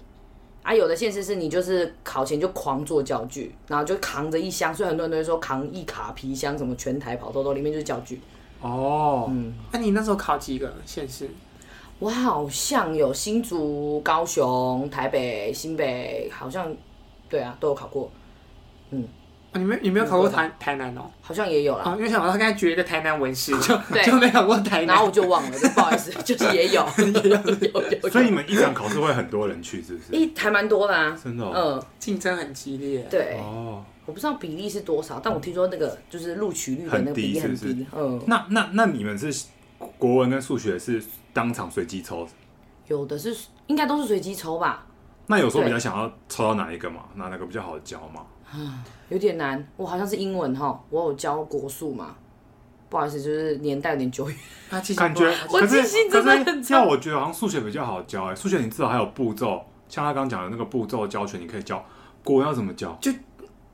S3: 啊，有的县市是你就是考前就狂做教具，然后就扛着一箱，所以很多人都会说扛一卡皮箱，什么全台跑透透，里面就是教具。
S2: 哦，
S1: 那、啊你那时候考几个县市？
S3: 我好像有新竹、高雄、台北、新北，好像对啊，都有考过，
S1: 哦、你没你没有考过台台南哦？
S3: 好像也有啦。
S1: 哦，因为想到他刚才举了一个台南文 史，就
S3: 对
S1: 就没考过台
S3: 然
S1: 南
S3: 后我。就忘了，就不好 意思，就是也有，有有有，
S2: 所以你们一场考试会很多人去，是不是？
S3: 一还蛮 多的啊，
S2: 真的哦。
S3: 嗯，
S1: 竞争很激烈。
S3: 对，
S2: 哦，
S3: 我不知道比例是多少，但我听说那个就是录取率的那个
S2: 很低
S3: 比例很
S2: 是不
S3: 低，嗯，
S2: 那那那你们是国文跟数学是当场随机抽，
S3: 有的是应该都是随机抽吧，
S2: 那有时候比较想要抽到哪一个嘛？哪哪个比较好教嘛？
S3: 有点难。我好像是英文哈，我有教国术嘛，不好意思，就是年代有点久远。
S1: 他啊其实
S2: 感觉
S3: 我
S2: 可是
S3: 记性真的很
S2: 可是
S3: 差
S2: 要我觉得好像数学比较好教哎，数学你至少还有步骤，像他刚刚讲的那个步骤教学，你可以教。国文要怎么教？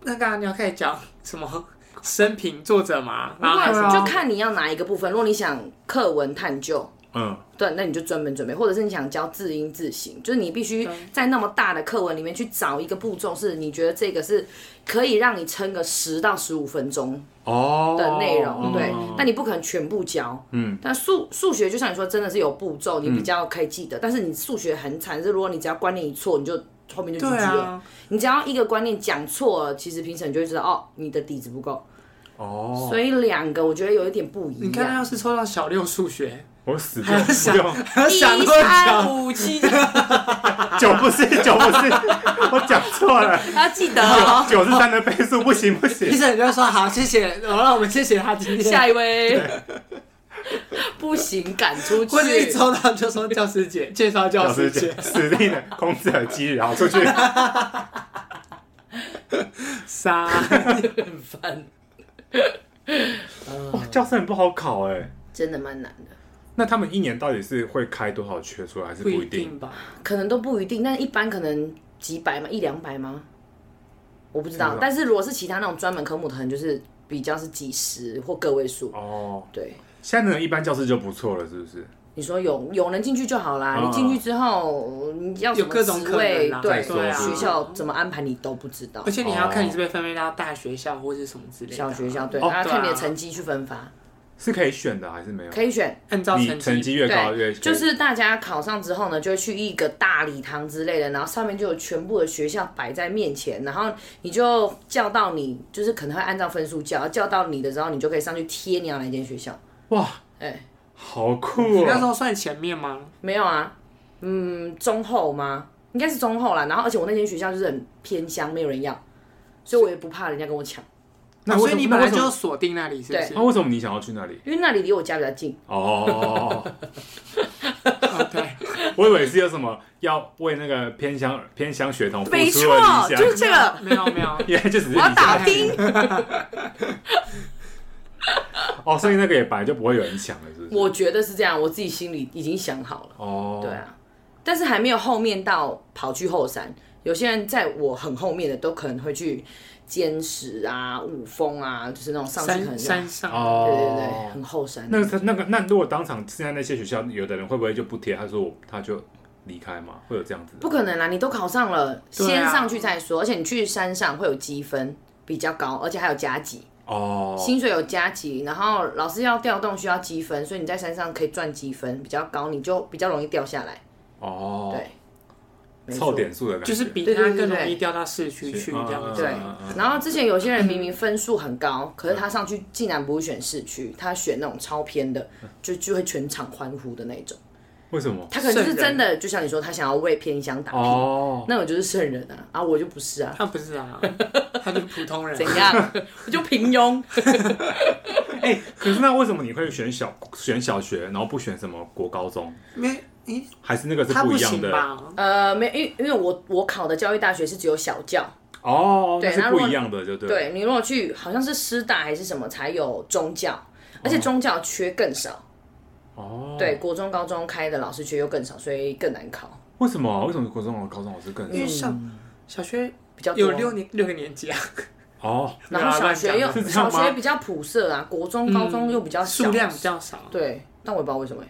S1: 那刚刚你要开始讲什么生平作者嘛？
S3: 不
S1: 然后
S3: 管、
S2: 对啊
S3: 就看你要哪一个部分，如果你想课文探究，
S2: 嗯，
S3: 对，那你就专门准备，或者是你想教字音字形，就是你必须
S1: 对
S3: 在那么大的课文里面去找一个步骤，是你觉得这个是可以让你撑个十到十五分钟
S2: 哦
S3: 的内容，
S2: 嗯
S3: 对，但你不可能全部教，嗯，但数数学就像你说，真的是有步骤，你
S1: 嗯
S3: 比较可以记得，但是你数学很惨，是如果你只要观念一错，你就后面就 GG
S1: 对
S3: 了，
S1: 啊，
S3: 你只要一个观念讲错了，其实评审就会知道哦，你的底子不够，
S2: 哦，
S3: 所以两个我觉得有一点不一
S1: 你看他
S3: 样，
S1: 要是抽到小六数学，
S2: 我 死
S1: 还要
S2: 掉死
S1: 想
S2: 掉。
S1: 还要
S3: 一
S1: 想那么
S3: 三
S1: 久，
S3: 五七，
S2: 九不是九不是，我讲错了，
S3: 要记得 哦。
S2: 九是三的倍数，不行不
S1: 评
S2: 行。
S1: 审就说好，谢谢，我让我们谢谢他今天。
S3: 下一位，不行，赶出去
S1: 或。者一抽到就说 教师节，介绍教
S2: 老
S1: 师
S2: 师
S1: 节
S2: 讲，死定了，孔子的鸡然后 出去。哦
S1: 杀。
S3: 很烦，
S2: 哇，教师很不好考哎、
S3: 真的蛮难的，
S2: 那他们一年到底是会开多少缺出来，还是
S1: 不
S2: 不
S1: 一
S2: 一定？
S1: 定吧？
S3: 可能都不一定，但一般可能几百嘛，一两百吗？我不知
S2: 不
S3: 道
S2: 知道。
S3: 但是如果是其他那种专门科目，可能就是比较是几十或个位数。
S2: 哦，
S3: 对，
S2: 现在的一般教师就不错了，是不是？
S3: 你说有有能进去就好啦。
S2: 啊
S3: 你进去之后，你要什
S1: 有
S3: 么
S1: 各种
S3: 职
S1: 可能
S3: 位
S1: 啦，
S3: 对
S2: 对啊
S3: 学校怎么安排你都不知道
S1: 而。且你还要看你是被分配到大学校或是什么之类的。
S3: 小学校对，
S2: 哦
S3: 然后
S1: 对啊
S3: 看你的成绩去分发，
S2: 是可以选的还是没有？
S3: 可以选。
S1: 按照
S2: 你成
S1: 成
S2: 绩
S1: 绩
S2: 越高越
S3: 对，就是大家考上之后呢，就会去一个大礼堂之类的，然后上面就有全部的学校摆在面前，然后你就叫到你，就是可能会按照分数叫，叫到你的时候，你就可以上去贴你要哪间学校。
S2: 哇，
S3: 哎、
S2: 好
S1: 你
S2: 酷
S1: 那时
S2: 哦！
S1: 候算前面吗？
S3: 没有啊，嗯，中后吗？应该是中后啦。然后而且我那间学校就是很偏乡，没有人要，所以我也不怕人家跟我抢，
S2: 那
S1: 哦
S2: 为
S1: 所
S2: 什
S1: 以
S2: 么
S1: 你本来
S2: 那为什
S1: 就
S2: 么
S1: 锁定那里，是不是
S2: 那为什么你想要去那里？
S3: 因为那里离我家比较近。
S2: 哦，
S1: 哦？对，
S2: 我以为是有什么要为那个偏乡偏乡血统付出的
S3: 没
S2: 理
S3: 错，
S2: 想，
S3: 就是 这 个，
S1: 没有没有，
S2: 原来就只是
S3: 我要
S2: 理
S3: 打
S2: 想
S3: 钉。
S2: 哦，所以那个也本来就不会有人抢了，是不是？
S3: 我觉得是这样，我自己心里已经想好了。
S2: 哦，
S3: 对啊，但是还没有后面到跑去后山。有些人在我很后面的，都可能会去坚石啊、五峰啊，就是那种上去很
S1: 山山上
S3: 对
S2: 哦，
S3: 对对，很后山。
S2: 那个那个那如果当场现在那些学校，有的人会不会就不贴？他说我他就离开嘛，会有这样子的？
S3: 不可能啦，你都考上了，
S1: 对啊
S3: 先上去再说。而且你去山上会有积分，比较高，而且还有加级，
S2: 哦，
S3: 薪水有加级，然后老师要调动需要积分，所以你在山上可以赚积分比较高，你就比较容易掉下来。
S2: 哦，
S3: 对，没错
S2: 凑点数的感觉，
S1: 就是比
S3: 对
S1: 他
S3: 对对
S1: 更
S3: 对
S1: 容易掉到市区去这样子。
S3: 对
S2: 嗯嗯，
S3: 然后之前有些人明明分数很高，可是他上去竟然不是选市区，他选那种超偏的，就就会全场欢呼的那一种。
S2: 为什么？
S3: 他可能就是真的，就像你说，他想要为偏乡打拼，
S2: 哦，
S3: 那我就是圣人啊，啊，我就不是啊，
S1: 他不是啊，他就是普通人
S3: 怎。样？ 我就平庸。
S2: 哎、可是那为什么你会选小选小学，然后不选什么国高中？
S1: 没，诶
S2: 还是那个是
S1: 他
S2: 一样
S1: 行
S2: 的？
S1: 吧？
S3: 呃，没，因因为我我考的教育大学是只有小教，
S2: 哦，
S3: 对
S2: 那
S3: 那
S2: 是
S3: 如
S2: 不
S3: 果
S2: 一样的，就对。
S3: 对你如果去好像是师大还是什么才有中教，而且中教缺更少，
S2: 哦，
S3: 对，，国中高中开的老师缺又更少，所以更难考，
S2: 为什么？为什么国中和高中老师更
S1: 因为
S3: 嗯
S1: 小小学
S3: 比较多
S1: 有六年六个年级啊，
S2: 哦？
S3: 然后小学
S1: 对
S3: 又
S2: 啊乱讲是
S3: 小
S2: 这样
S3: 学
S2: 吗
S3: 比较普色啊，国中高中又比较小
S1: 数量比较少。
S3: 对，但我也不知道为什么欸、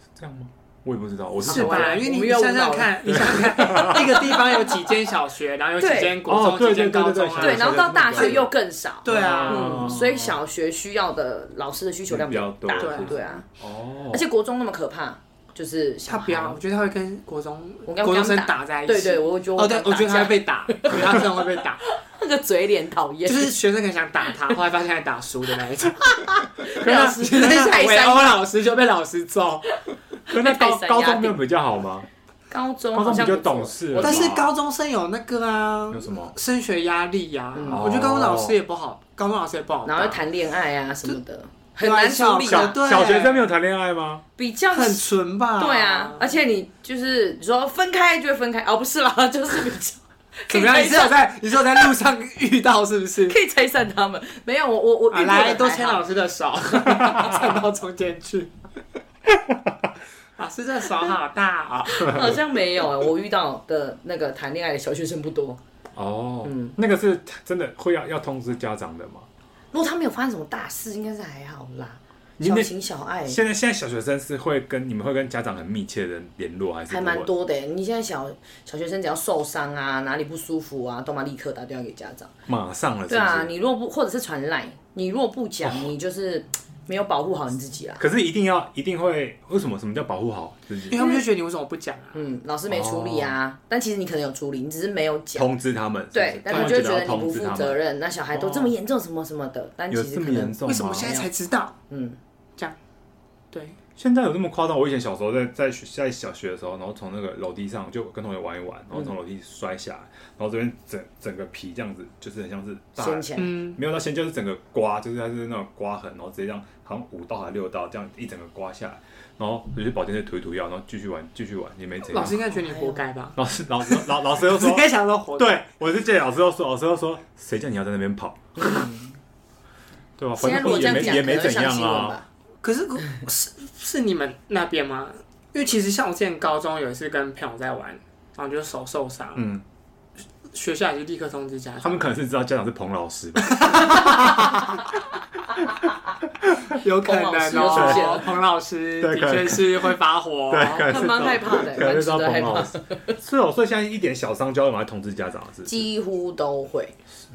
S2: 是这样吗？我也不知道，我
S1: 是
S2: 是
S1: 吧？因为
S3: 我
S1: 你
S3: 们
S1: 你
S3: 又
S1: 想想
S3: 误导
S1: 看，你想想 看，一个地方有几间小学，然后有几间国
S2: 哦
S1: 中、
S2: 对
S1: 几间
S2: 对对
S1: 高
S2: 对
S1: 中
S2: 对
S1: 啊，
S3: 对，然后到大学又更少，
S1: 对啊，
S2: 哦
S3: 嗯，所以小学需要的老师的需求量
S2: 比
S3: 大
S2: 较多，
S3: 对啊，
S2: 哦
S3: 而，且国中那么可怕，就是小
S1: 他不要，
S3: 孩
S1: 我觉得他会跟国中
S3: 我跟他
S1: 国中生
S3: 刚打
S1: 打在一起。
S3: 对对，我觉得
S1: 哦，对，我觉得他
S3: 他
S1: 会被打，我觉得他真的会被 打，
S3: 那个嘴脸讨厌，
S1: 就是学生很想打 他，后来发现还打输的那一种。
S3: 被老师
S1: 学生想
S3: 泰
S1: 围
S3: 山
S1: 殴老师就被老师揍，
S2: 可那
S3: 被
S2: 高
S3: 塞压
S2: 高中没有比较好吗？
S3: 高中
S2: 高中
S3: 好像
S2: 比较
S3: 不错
S2: 懂事
S3: 我
S2: 了
S1: 但
S2: 吧
S1: 是高中生有那个啊
S2: 有，什么？
S1: 升学压力呀、
S3: 嗯
S1: 我觉得高中老师也不好，高中老师也不好打，
S3: 然后谈恋爱啊什么的，很难处理
S1: 小
S3: 啊，
S1: 对
S2: 小学生没有谈恋爱吗？
S3: 比较
S1: 很纯吧？
S3: 对啊，而且你就是你说分开就会分开，哦不是啦， 就是比较
S1: 怎么样？
S3: 可
S1: 你
S3: 以
S1: 是
S3: 拆
S1: 有在你是有在路上遇到是不是？
S3: 可以拆散 他们，没有我我我
S1: 啊，
S3: 遇过的
S1: 来多
S3: 还
S1: 牵
S3: 好
S1: 老师的手， 站到中间去。老师这手好大啊、
S3: 好像没有、欸，我遇到的那个谈恋爱的小学生不多。
S2: 哦，嗯，那个是真的会要要通知家长的吗？
S3: 如果他没有发生什么大事，应该是还好啦，
S2: 你
S3: 小
S2: 那
S3: 情小爱
S2: 现在现在小学生是会跟你们会跟家长很密切的联络，还是啊
S3: 还
S2: 不
S3: 蛮
S2: 会？
S3: 多的、欸。你现在小小学生只要受伤啊，哪里不舒服啊，都嘛立刻打电话给家长。
S2: 马上了，是
S3: 对
S2: 哦不
S3: 啊，
S2: 是？
S3: 你若不或者是传赖，你若不讲，你就是没有保护好你自己啦。
S2: 可是一定要一定会为什么什么叫保护好自
S1: 因为
S2: 己？
S1: 他们就觉得你为什么不讲啊？
S3: 嗯，老师没处理啊，但其实你可能有处理，你只是没有讲。
S2: 哦通知他们，是不是
S3: 对，但
S2: 他
S3: 他
S2: 们
S3: 就会
S2: 觉
S3: 觉
S2: 得
S3: 得
S2: 要通
S3: 你不
S2: 知
S3: 负
S2: 他
S3: 责
S2: 们，
S3: 任，那小孩都这么严重什么什么的，但
S2: 有
S3: 其实
S2: 这
S3: 可
S2: 么严
S3: 能
S2: 重
S1: 为
S2: 吗
S1: 什？么现在才知道？
S3: 嗯，
S1: 对，
S2: 现在有这么夸张？我以前小时候在在学在小学的时候，然后从那个楼梯上就跟同学玩一玩，然后从楼梯摔下来，然后这边整整个皮这样子，就是很像是大
S3: 先前
S1: 嗯，
S2: 没有到先就是整个刮，就是它是那种刮痕，然后直接这样好像五道还六道这样一整个刮下来，然后我去保健室涂一涂药，然后继续玩继续玩，也没怎
S1: 老
S2: 样
S1: 师。应该觉得你活该吧？
S3: 啊
S2: 老师老师老老师又
S1: 老师应
S2: 说，
S1: 该想到 活该。
S2: 对 我是记得老师又说，老师又说，谁叫你要在那边跑？对吧？反
S3: 现在如果
S2: 正
S3: 这
S2: 也
S3: 样
S2: 没也没
S3: 讲，可能会
S2: 怎
S3: 上
S2: 样
S3: 新闻
S2: 啊。
S3: 吧。
S1: 可是可是是你们那边吗？因为其实像我之前高中有一次跟朋友在玩，然后就手受伤，
S2: 嗯，
S1: 学校也是立刻通知家长。
S2: 他们可能是知道家长是彭老师 吧？
S1: 有可
S3: 可
S1: 能
S3: 能
S1: 哦
S3: 哦，
S1: 彭老师
S2: 对
S1: 的确是会发火。哦
S2: 对，可能
S3: 他
S2: 是知
S3: 蛮
S2: 道
S3: 害怕的，
S2: 可能
S3: 蛮
S2: 是
S3: 值
S2: 知道
S3: 得害
S2: 彭
S3: 怕
S2: 老
S3: 的。
S2: 师。是哦，所以现在一点小伤就要马上通知家长了，是不是？
S3: 几乎都会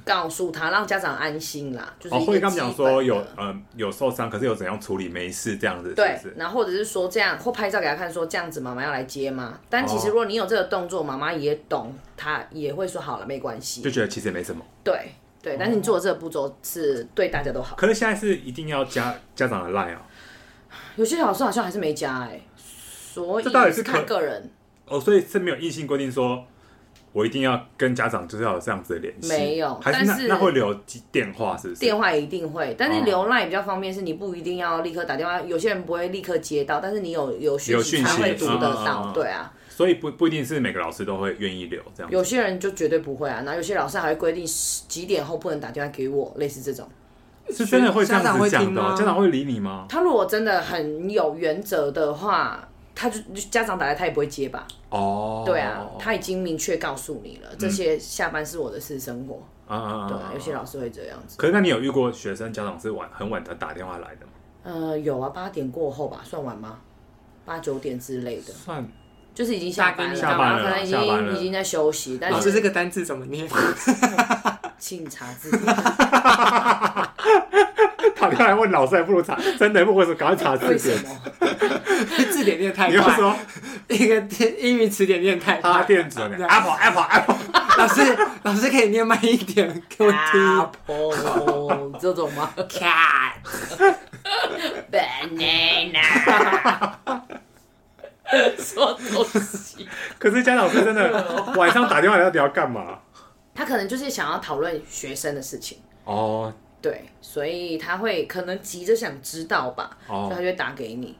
S3: 告诉他，让家长安心啦。就是
S2: 哦，
S3: 一个
S2: 会跟他们讲说
S3: 基本的
S2: 有嗯有受伤，可是有怎样处理，没事这样子，
S3: 对
S2: 是不，是？
S3: 然后或者是说这样，或拍照给他看，说这样子妈妈要来接吗？但其实
S2: 哦
S3: 如果你有这个动作，妈妈也懂，她也会说好了，没关
S2: 就哦
S3: 系。
S2: 觉得其实也没什么。
S3: 对对，但是你做的这个步骤是对大家都好。
S2: 可是现在是一定要家家长的 line 啊，
S3: 有些老师好像还是没加哎、所以
S2: 这到底是可
S3: 看个人，
S2: 哦，所以是没有硬性规定说，我一定要跟家长就是要有这样子的联系，
S3: 没有
S2: 还是那
S3: 但是
S2: 那会留机电话是不是？
S3: 电话一定会，但
S2: 哦
S3: 是留赖比较方便，是你不一定要立刻打电话，有些人不会立刻接到，但是你有有讯
S2: 有
S3: 息
S2: 讯
S3: 他
S2: 息
S3: 会读
S2: 嗯
S3: 得
S2: 嗯
S3: 到，
S2: 嗯
S3: 对啊。
S2: 所以不不一定是每个老师都会愿意留这样子。
S3: 有些人就绝对不会啊，然后有些老师还会规定十几点后不能打电话给我，类似这种。
S2: 是真的会这样
S1: 家长会
S2: 子
S1: 听
S2: 讲的、
S1: 吗
S2: 哦，家长会理你吗？
S3: 他如果真的很有原则的话，他就家长打来他也不会接吧？
S2: 哦，
S3: 对啊，他已经明确告诉你了，这些下班是我的私生活。
S2: 啊啊啊
S3: 对啊，有些
S2: 啊
S3: 老师会这样子。
S2: 可是那你有遇过学生家长是晚很晚才打电话来的吗？
S3: 呃，有啊，八点过后吧，算晚吗？八九点之类的，
S2: 算
S3: 就是已经下班了，
S1: 下
S2: 班了
S3: 然后可能已
S2: 下班了
S3: 经已经在休息，但
S1: 老师
S3: 是
S1: 这个单字怎么念？
S3: 请查字典。
S2: 打电话来问老师，还不如查，真的不会说，赶快查字
S3: 为什
S2: 典。
S3: 么？
S1: 字典念太
S2: 你要
S1: 快，
S2: 说
S1: 一个英语词典念太
S2: 阿
S1: 快。
S2: 电子呢
S1: 对
S2: ，Apple Apple Apple，
S1: 老师，老师可以念慢一点给我
S3: 啊
S1: 听。
S3: Apple 这种吗
S1: Cat，
S3: ？Banana，什么东西？
S2: 可是家长是真的 晚上打电话来到底要干嘛？
S3: 他可能就是想要讨论学生的事情，
S2: 哦
S3: 对，所以他会可能急着想知道吧，所以
S2: 哦，
S3: 他就会打给你。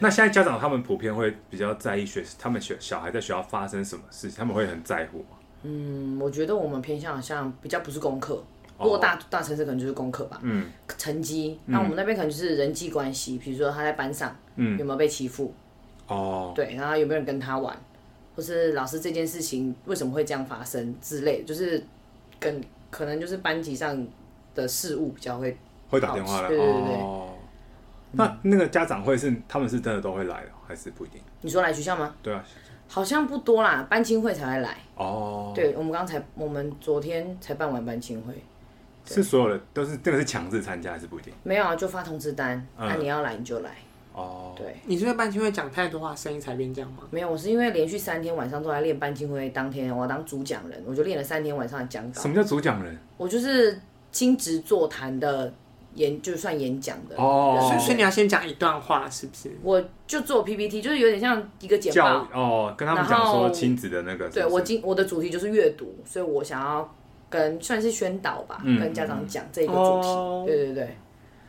S2: 那现在家长他们普遍会比较在意学，他们学小孩在学校发生什么事情，他们会很在乎吗？
S3: 嗯，我觉得我们偏向好像比较不是功课，
S2: 哦
S3: 如果大大城市可能就是功课吧，
S2: 嗯
S3: 成绩。那我们那边可能就是人际关系，比如说他在班上有
S2: 嗯，
S3: 没有被欺负，
S2: 哦，
S3: 对，然后有没有人跟他玩，或是老师这件事情为什么会这样发生之类，就是跟可能就是班级上的事物比较会
S2: 会打电话来。
S3: 对对对对
S2: 哦，那那个家长会是他们是真的都会来的，还是不一定？
S3: 你说来学校吗？
S2: 对啊，
S3: 好像不多啦，班亲会才会来。
S2: 哦，，
S3: 对我们刚才，我们昨天才办完班亲会，
S2: 是所有的都是这个是强制参加还是不一定？
S3: 没有啊，就发通知单，那、
S2: 嗯
S3: 你要来你就来。
S2: 哦，
S3: 对，
S1: 你是不是班级会讲太多话，声音才变这样吗？
S3: 没有，我是因为连续三天晚上都在练班亲会，当天我要当主讲人，我就练了三天晚上的讲稿
S2: 什。么叫主讲人？
S3: 我就是亲职座谈的演，就算演讲的
S2: 哦
S1: 所以，
S3: 人
S1: 所以你要先讲一段话，是不是？
S3: 我就做 PPT，就是有点像一个简
S2: 教
S3: 报
S2: 育。哦，跟他们讲
S3: 然
S2: 说
S3: 后
S2: 亲子的那个是不是，
S3: 对我今我的主题就是阅读，所以我想要跟算是宣导吧，
S2: 嗯
S3: 跟家长讲这个主题。
S1: 哦
S3: 对对对，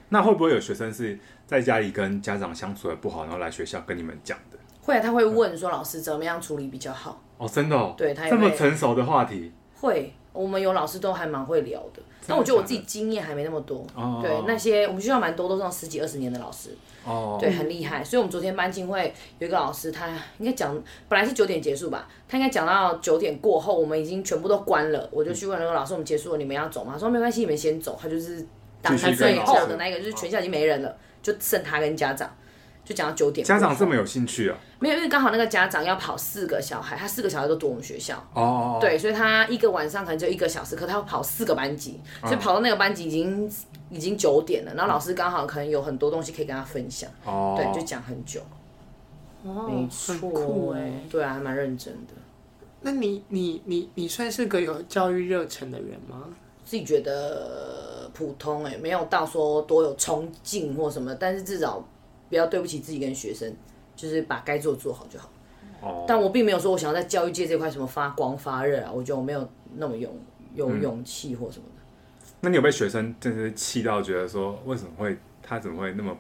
S2: 那会不会有学生是在家里跟家长相处的不好，然后来学校跟你们讲的？
S3: 会啊，他会问说老师怎么样处理比较好。
S2: 哦，真的哦，
S3: 对他也
S2: 这么
S3: 会
S2: 成熟的话题
S3: 会，我们有老师都还蛮会聊的，但我觉得我自己经验还没那么多。
S2: 哦
S3: 对，那些我们学校蛮多都是那种十几二十年的老师，
S2: 哦，
S3: 对，很厉害。所以我们昨天班进会有一个老师，他应该讲本来是九点结束吧，他应该讲到九点过后，我们已经全部都关了，我就去问那个老师，我们结束了，你们要走吗？他说没关系，你们先走。他就是挡
S2: 继续跟
S3: 在最
S2: 老师
S3: 后的那一个，就是全校已经没人了，就剩他跟家长。就讲到九点过
S2: 家
S3: 后，
S2: 长这么有兴趣啊？
S3: 没有，因为刚好那个家长要跑四个小孩，他四个小孩都读我们学校，
S2: 哦，
S3: 对，所以他一个晚上可能就一个小时，可他要跑四个班级，所以
S2: 嗯
S3: 跑到那个班级已经已经九点了，然后老师刚好可能有很多东西可以跟他分享，
S2: 哦，
S3: 对，就讲很久，没
S1: 哦，
S3: 错
S1: 很，酷哎。
S3: 对啊，还蛮认真的，
S1: 那你你你你算是个有教育热忱的人吗？
S3: 自己觉得普通哎、没有到说多有冲劲或什么，但是至少不要对不起自己跟学生，就是把该做做好就好。
S2: 哦
S3: 但我并没有说我想要在教育界这块什么发光发热啊，我觉得我没有那么勇有勇气或什么的。
S2: 那你有被学生真的是气到觉得说，为什么会他怎么会那么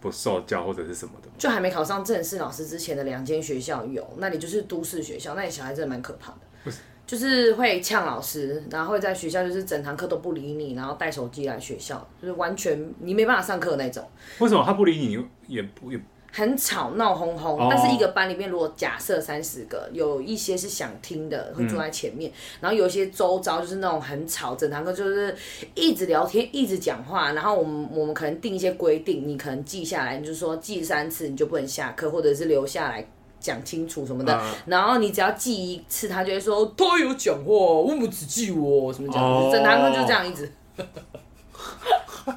S2: 不受教或者是什么的？
S3: 就还没考上正式老师之前的两间学校有，那里就是都市学校，那里小孩真的蛮可怕的，就是会呛老师，然后会在学校就是整堂课都不理你，然后带手机来学校，就是完全你没办法上课那种，
S2: 为什么他不理你也不也
S3: 很吵闹哄哄。
S2: 哦
S3: 但是一个班里面，如果假设三十个，有一些是想听的会坐在前
S2: 嗯
S3: 面，然后有一些周遭就是那种很吵，整堂课就是一直聊天，一直讲话。然后我们我们可能定一些规定，你可能记下来，你就说记三次你就不能下课，或者是留下来。讲清楚什么的，
S2: 嗯
S3: 然后你只要记一次，他就会说他有讲话，我们只记我什么讲，
S2: 哦
S3: 整堂课就这样一直，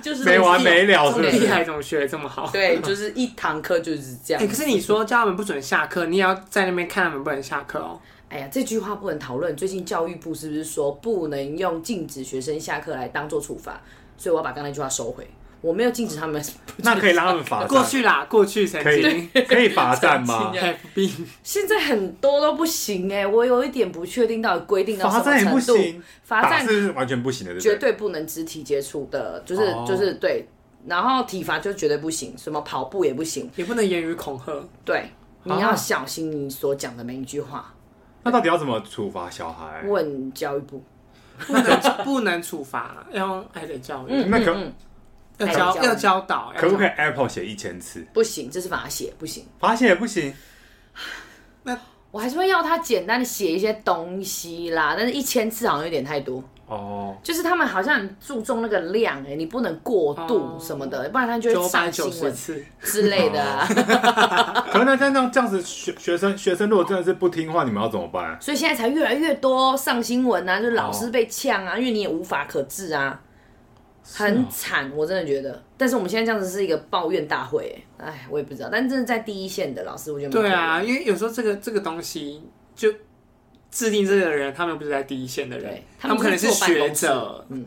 S3: 就是
S2: 没啊完没
S1: 这
S2: 了是
S1: 么
S2: 不
S1: 厉
S2: 是？
S1: 害，怎么学的这么好？
S3: 对，就是一堂课就是这样。
S1: 哎，可是你说叫他们不准下课，你也要在那边看他们不能下课哦。
S3: 哎呀，这句话不能讨论。最近教育部是不是说不能用禁止学生下课来当做处罚？所以我要把刚才那句话收回。我没有禁止他们，
S2: 那可以让他们罚
S1: 过
S2: 站，
S1: 去啦，过去曾
S2: 可以
S1: 经
S2: 可以罚站吗？
S1: FB
S3: 现在很多都不行哎、我有一点不确定到底规定到
S2: 罚
S3: 什么
S2: 站也不
S3: 啊程度。
S2: 行，
S3: 罚
S2: 打
S3: 站
S2: 是完全不行的，对
S3: 绝
S2: 不对？
S3: 对不能肢体接触的，就是、
S2: 哦
S3: 就是对，然后体罚就绝对不行，什么跑步也不行，
S1: 也不能言语恐吓，
S3: 对，
S2: 啊
S3: 你要小心你所讲的每一句话。
S2: 那到底要怎么处罚小孩？
S3: 问教育部，
S1: 不能不能处罚，要用爱的教育，
S2: 那可
S3: 嗯
S1: 要教
S3: 爱的教育
S1: 要教导，
S2: 可不可以
S1: 以？
S2: Apple 写一千次？
S3: 不行，这是罚写，不行。
S2: 罚写也不行，
S1: 那
S3: 我还是会要他简单的写一些东西啦，但是一千字好像有点太多。
S2: 哦，
S3: 就是他们好像很注重那个量、欸，哎，你不能过度
S1: 哦
S3: 什么的，不然他就
S1: 九
S3: 会
S1: 百
S3: 上
S1: 九
S3: 新
S1: 十哦
S3: 闻
S1: 次，
S3: 之类的、啊。
S2: 可能像这样这样子，学学生学生如果真的是不听话，你们要怎么办？
S3: 所以现在才越来越多上新闻啊，就是老师被呛
S1: 哦
S3: 啊，因为你也无法可治啊，很惨，我真的觉得。但是我们现在这样子是一个抱怨大会、欸，哎，我也不知道，但真的在第一线的老师，我觉得蛮
S1: 对
S3: 可
S1: 啊，
S3: 怜的，
S1: 因为有时候这个这个东西就制定这个人，他们不是在第一线的人
S3: 对，
S1: 他
S3: 他
S1: 们
S3: 们
S1: 可能
S3: 就是
S1: 是
S3: 坐办
S1: 学
S3: 公室
S1: 者，
S3: 嗯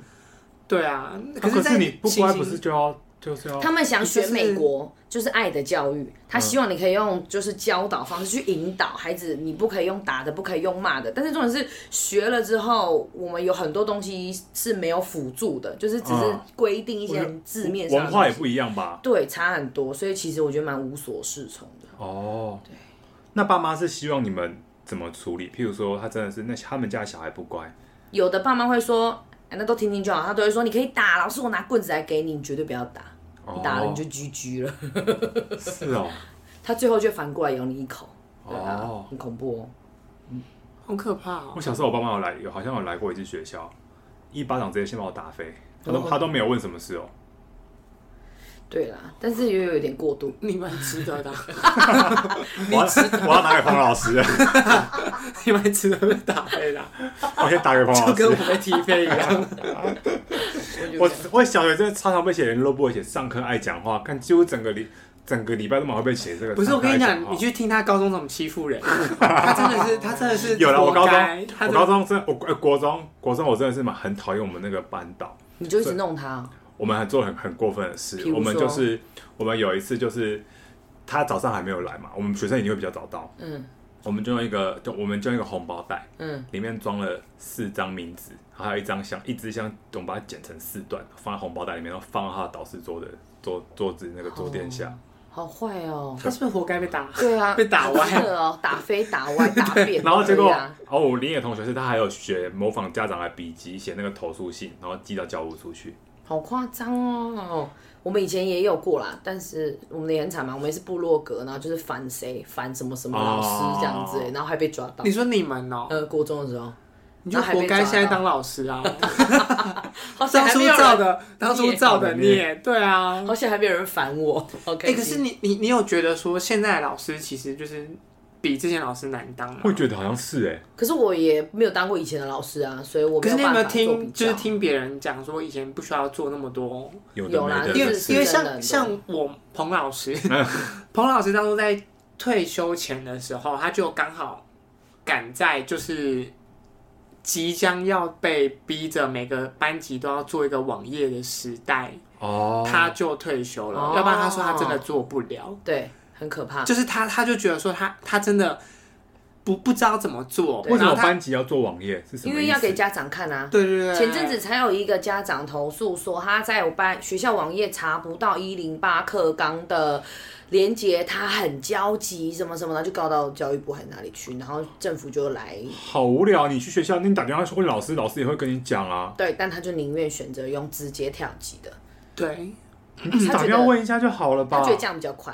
S1: 对啊。
S2: 啊可
S1: 在
S2: 是你不
S1: 新
S2: 乖，
S1: 兴
S2: 不是就要就是要
S3: 他们想学
S1: 就是
S3: 美国，就是爱的教育，他希望你可以用就是教导方式去引导孩子，你不可以用打的，不可以用骂的。但是重点是学了之后，我们有很多东西是没有辅助的，就是只是
S2: 嗯
S3: 规定一些很字面上的
S2: 文化也
S3: 东西
S2: 不一样吧？
S3: 对差很多，所以其实我觉得蛮无所适从的。
S2: 哦，对。那爸妈是希望你们怎么处理？譬如说，他真的是那他们家小孩不乖，
S3: 有的爸妈会说。哎那都听听就好，他都会说你可以打，老师我拿棍子来给你，你绝对不要打，你打了你就居居了。
S2: 哦 是哦，
S3: 他最后就反过来咬你一口，对啊
S2: 哦
S3: 很恐怖哦。
S1: 好可怕哦
S2: 我！小时候我爸妈有来，有好像有来过一次学校，一巴掌直接先把我打飞，他
S3: 哦
S2: 都他都没有问什么事哦。
S3: 对啦，但是也有一点过度。
S1: 你们值得的，啊
S2: 我要 我要打给黄老师，
S1: 你们值得被打飞 的，啊
S2: 我先打给黄
S1: 就跟
S2: 老
S1: 我
S2: 师。
S1: 被踢飞一 样。
S2: 我我小学真的常常被写联络簿，而且上课爱讲话，看几乎整个礼整个礼拜都蛮会被写这个。
S1: 不是，我跟你
S2: 上课爱
S1: 讲，
S2: 话
S1: 你去听他高中怎么欺负 人，他真的是，他真的是
S2: 有了，我高
S1: 活
S2: 中
S1: 该他，
S2: 我
S1: 真的
S2: 高中真的，我呃国中，国中我真的是蛮很讨厌我们那个班导，
S3: 你就一直弄他哦，
S2: 我们还做了很很过分的事
S3: 譬。如
S2: 我们
S3: 说
S2: 就是我们有一次就是他早上还没有来嘛，我们学生一定会比较早到，
S3: 嗯
S2: 我们就用一个就我们就用一个红包袋，
S3: 嗯，
S2: 里面装了四张名字，还有一张香，一支香，我们把它剪成四段，放在红包袋里面，然后放到他的导师桌的桌桌子
S3: 哦
S2: 那个桌垫下。
S3: 好坏哦。
S1: 他是不是活该被打？
S3: 对啊，
S1: 被打歪
S3: 真的哦，打飞、打 歪、打扁。
S2: 然后结果，
S3: 对
S2: 然
S3: 啊
S2: 后我林野同学是他还有学模仿家长来笔记写那个投诉信，然后寄到教务处去。
S3: 好夸张哦。我们以前也有过啦，但是我们也很惨嘛，我们也是部落格，然后就是反谁反什么什么老师这样子、
S2: 哦
S3: 然后还被抓到
S1: 你。说你们哦，
S3: 呃，国中的时候，
S1: 你就活该现在当老师 啊！
S3: 好险
S1: 当
S3: 还
S1: 初
S3: 没有
S1: 造
S3: 人，
S1: 的，当初造 的孽，对啊。
S3: 好险还没有人烦我。OK，、
S1: 哎，可是你你你有觉得说现在的老师其实就是比之前老师难当吗？
S2: 会觉得好像是哎、
S3: 可是我也没有当过以前的老师啊，所以我
S1: 可
S3: 没
S1: 是
S3: 有
S1: 你有
S3: 办
S1: 没
S3: 法
S1: 有
S3: 做比较。
S1: 听，就是听别人讲说以前不需要做那么多，
S2: 有的
S3: 有啦
S2: 没的，
S1: 因为
S3: 这是
S1: 因为
S3: 真的
S1: 像像我彭老 师，彭老师当初在退休前的时候，他就刚好赶在就是即将要被逼着每个班级都要做一个网页的时代，
S2: 哦，
S1: 他就退休了，
S3: 哦
S1: 要不然他说他真的做不了，
S3: 对，很可怕。
S1: 就是他他就觉得说他他真的不不知道怎么做，
S2: 为什
S1: 然
S2: 么
S1: 后他
S2: 班级要做网页是什么意
S3: 因
S2: 思？
S3: 为要给家长看啊。
S1: 对对对，
S3: 前阵子才有一个家长投诉说，他在我班学校网页查不到一零八课纲的连接，他很焦急，什么什么的，就告到教育部还是哪里去，然后政府就来，
S2: 好无聊，你去学校，你打电话问老师，老师也会跟你讲啊，
S3: 对，但他就宁愿选择用直接跳级的，
S1: 对，
S2: 你只
S3: 他
S2: 打
S3: 觉
S2: 电话
S3: 得
S2: 问一嗯下就好了
S3: 他
S2: 吧
S3: 觉得。这样比较快。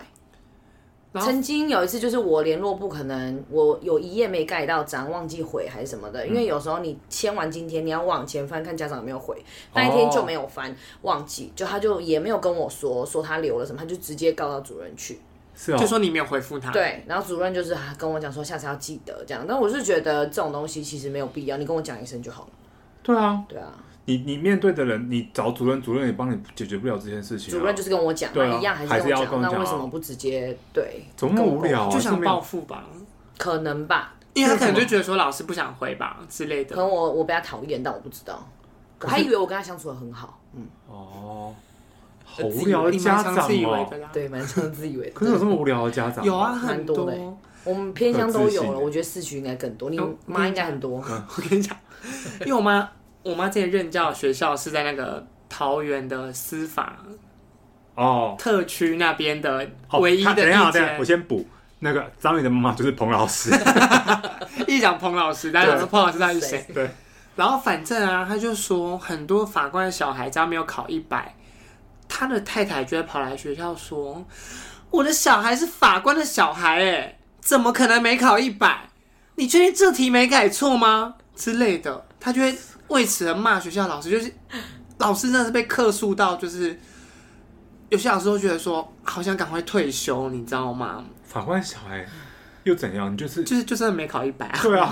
S1: 然后
S3: 曾经有一次，就是我联络部可能我有一页没盖到章，忘记回还是什么
S2: 嗯
S3: 的。因为有时候你签完今天，你要往前翻
S2: 哦
S3: 看家长有没有回，那一天就没有翻，忘记，就他就也没有跟我说说他留了什么，他就直接告到主 任去。
S2: 是哦，
S1: 就说你没有回复他，
S3: 对，然后主任就是啊跟我讲说下次要记得这样，但我是觉得这种东西其实没有必要，你跟我讲一声就好了。
S2: 对啊，
S3: 对啊，
S2: 你你面对的人，你找主任，主任也帮你解决不了这件事情、啊。
S3: 主任就是跟我讲，
S2: 对啊
S3: 那一样还
S2: 还
S3: 是
S2: 是
S3: 跟我
S2: 要跟我
S3: 讲，那
S2: 讲啊
S3: 为什么不直接对？
S2: 怎么那么无聊啊？
S1: 就想
S2: 是没有
S1: 报复吧，
S3: 可能吧，
S1: 因为他可能就觉得说老师不想回吧之类
S3: 可
S1: 的。
S3: 能我我被他讨厌，但我不知道，我还以为我跟他相处的很好，嗯，
S2: 哦，好无聊的
S1: 你
S2: 家
S1: 蛮
S2: 长
S1: 常自以为的
S2: 哦。
S1: 啦，
S3: 对，蛮像自以为的。
S2: 可是有这么无聊的家长？
S1: 有啊，，
S3: 蛮
S1: 很
S3: 多的欸我们偏乡
S2: 呃
S3: 都有了，我觉得市区应该更多，你
S1: 嗯
S3: 妈应该很多。
S1: 我跟你讲，因为我妈我妈之前任教的学校是在那个桃园的司法
S2: 哦，
S1: 特区那边的
S2: 哦
S1: 唯一
S2: 他等
S1: 的
S2: 一下，
S1: 一
S2: 等一下，
S1: 间
S2: 我。先补。那个张宇的妈妈就是彭老 师，
S1: 一讲彭老师，大家想说彭老师到底是谁？
S2: 对，
S1: 然后反正啊，他就说很多法官的小孩只要没有考一百，他的太太就会跑来学校欸说：“我的小孩是法官的小孩，哎，怎么可能没考一百？”你确定这题没改错吗？之类的，他就会为此而骂学校老师，就是老师真的是被客诉到，就是有些老师都觉得说，好想赶快退休，你知道吗？
S2: 法官小孩又怎样？你就是
S1: 就是就真的没考一百啊，
S2: 对啊，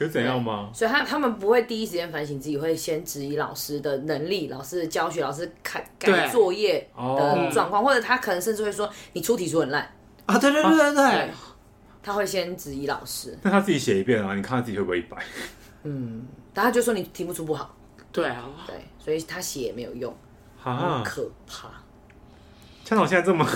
S2: 有怎样吗？
S3: 所以他他们不会第一时间反省自己，会先质疑老师的能力、老师的教学、老师改改
S1: 对
S3: 作业
S2: 哦
S3: 的状况，或者他可能甚至会说你出题出很烂，
S1: 啊，对对对对对，
S3: 对他会先质疑老师，
S2: 那他自己写一遍啊，你看他自己会不会一百？
S3: 然后他就说你题目出不好，
S1: 对啊，
S3: 对，所以他写也没有用，
S2: 哈啊
S3: 很，可怕。
S2: 嗯像我现在这么，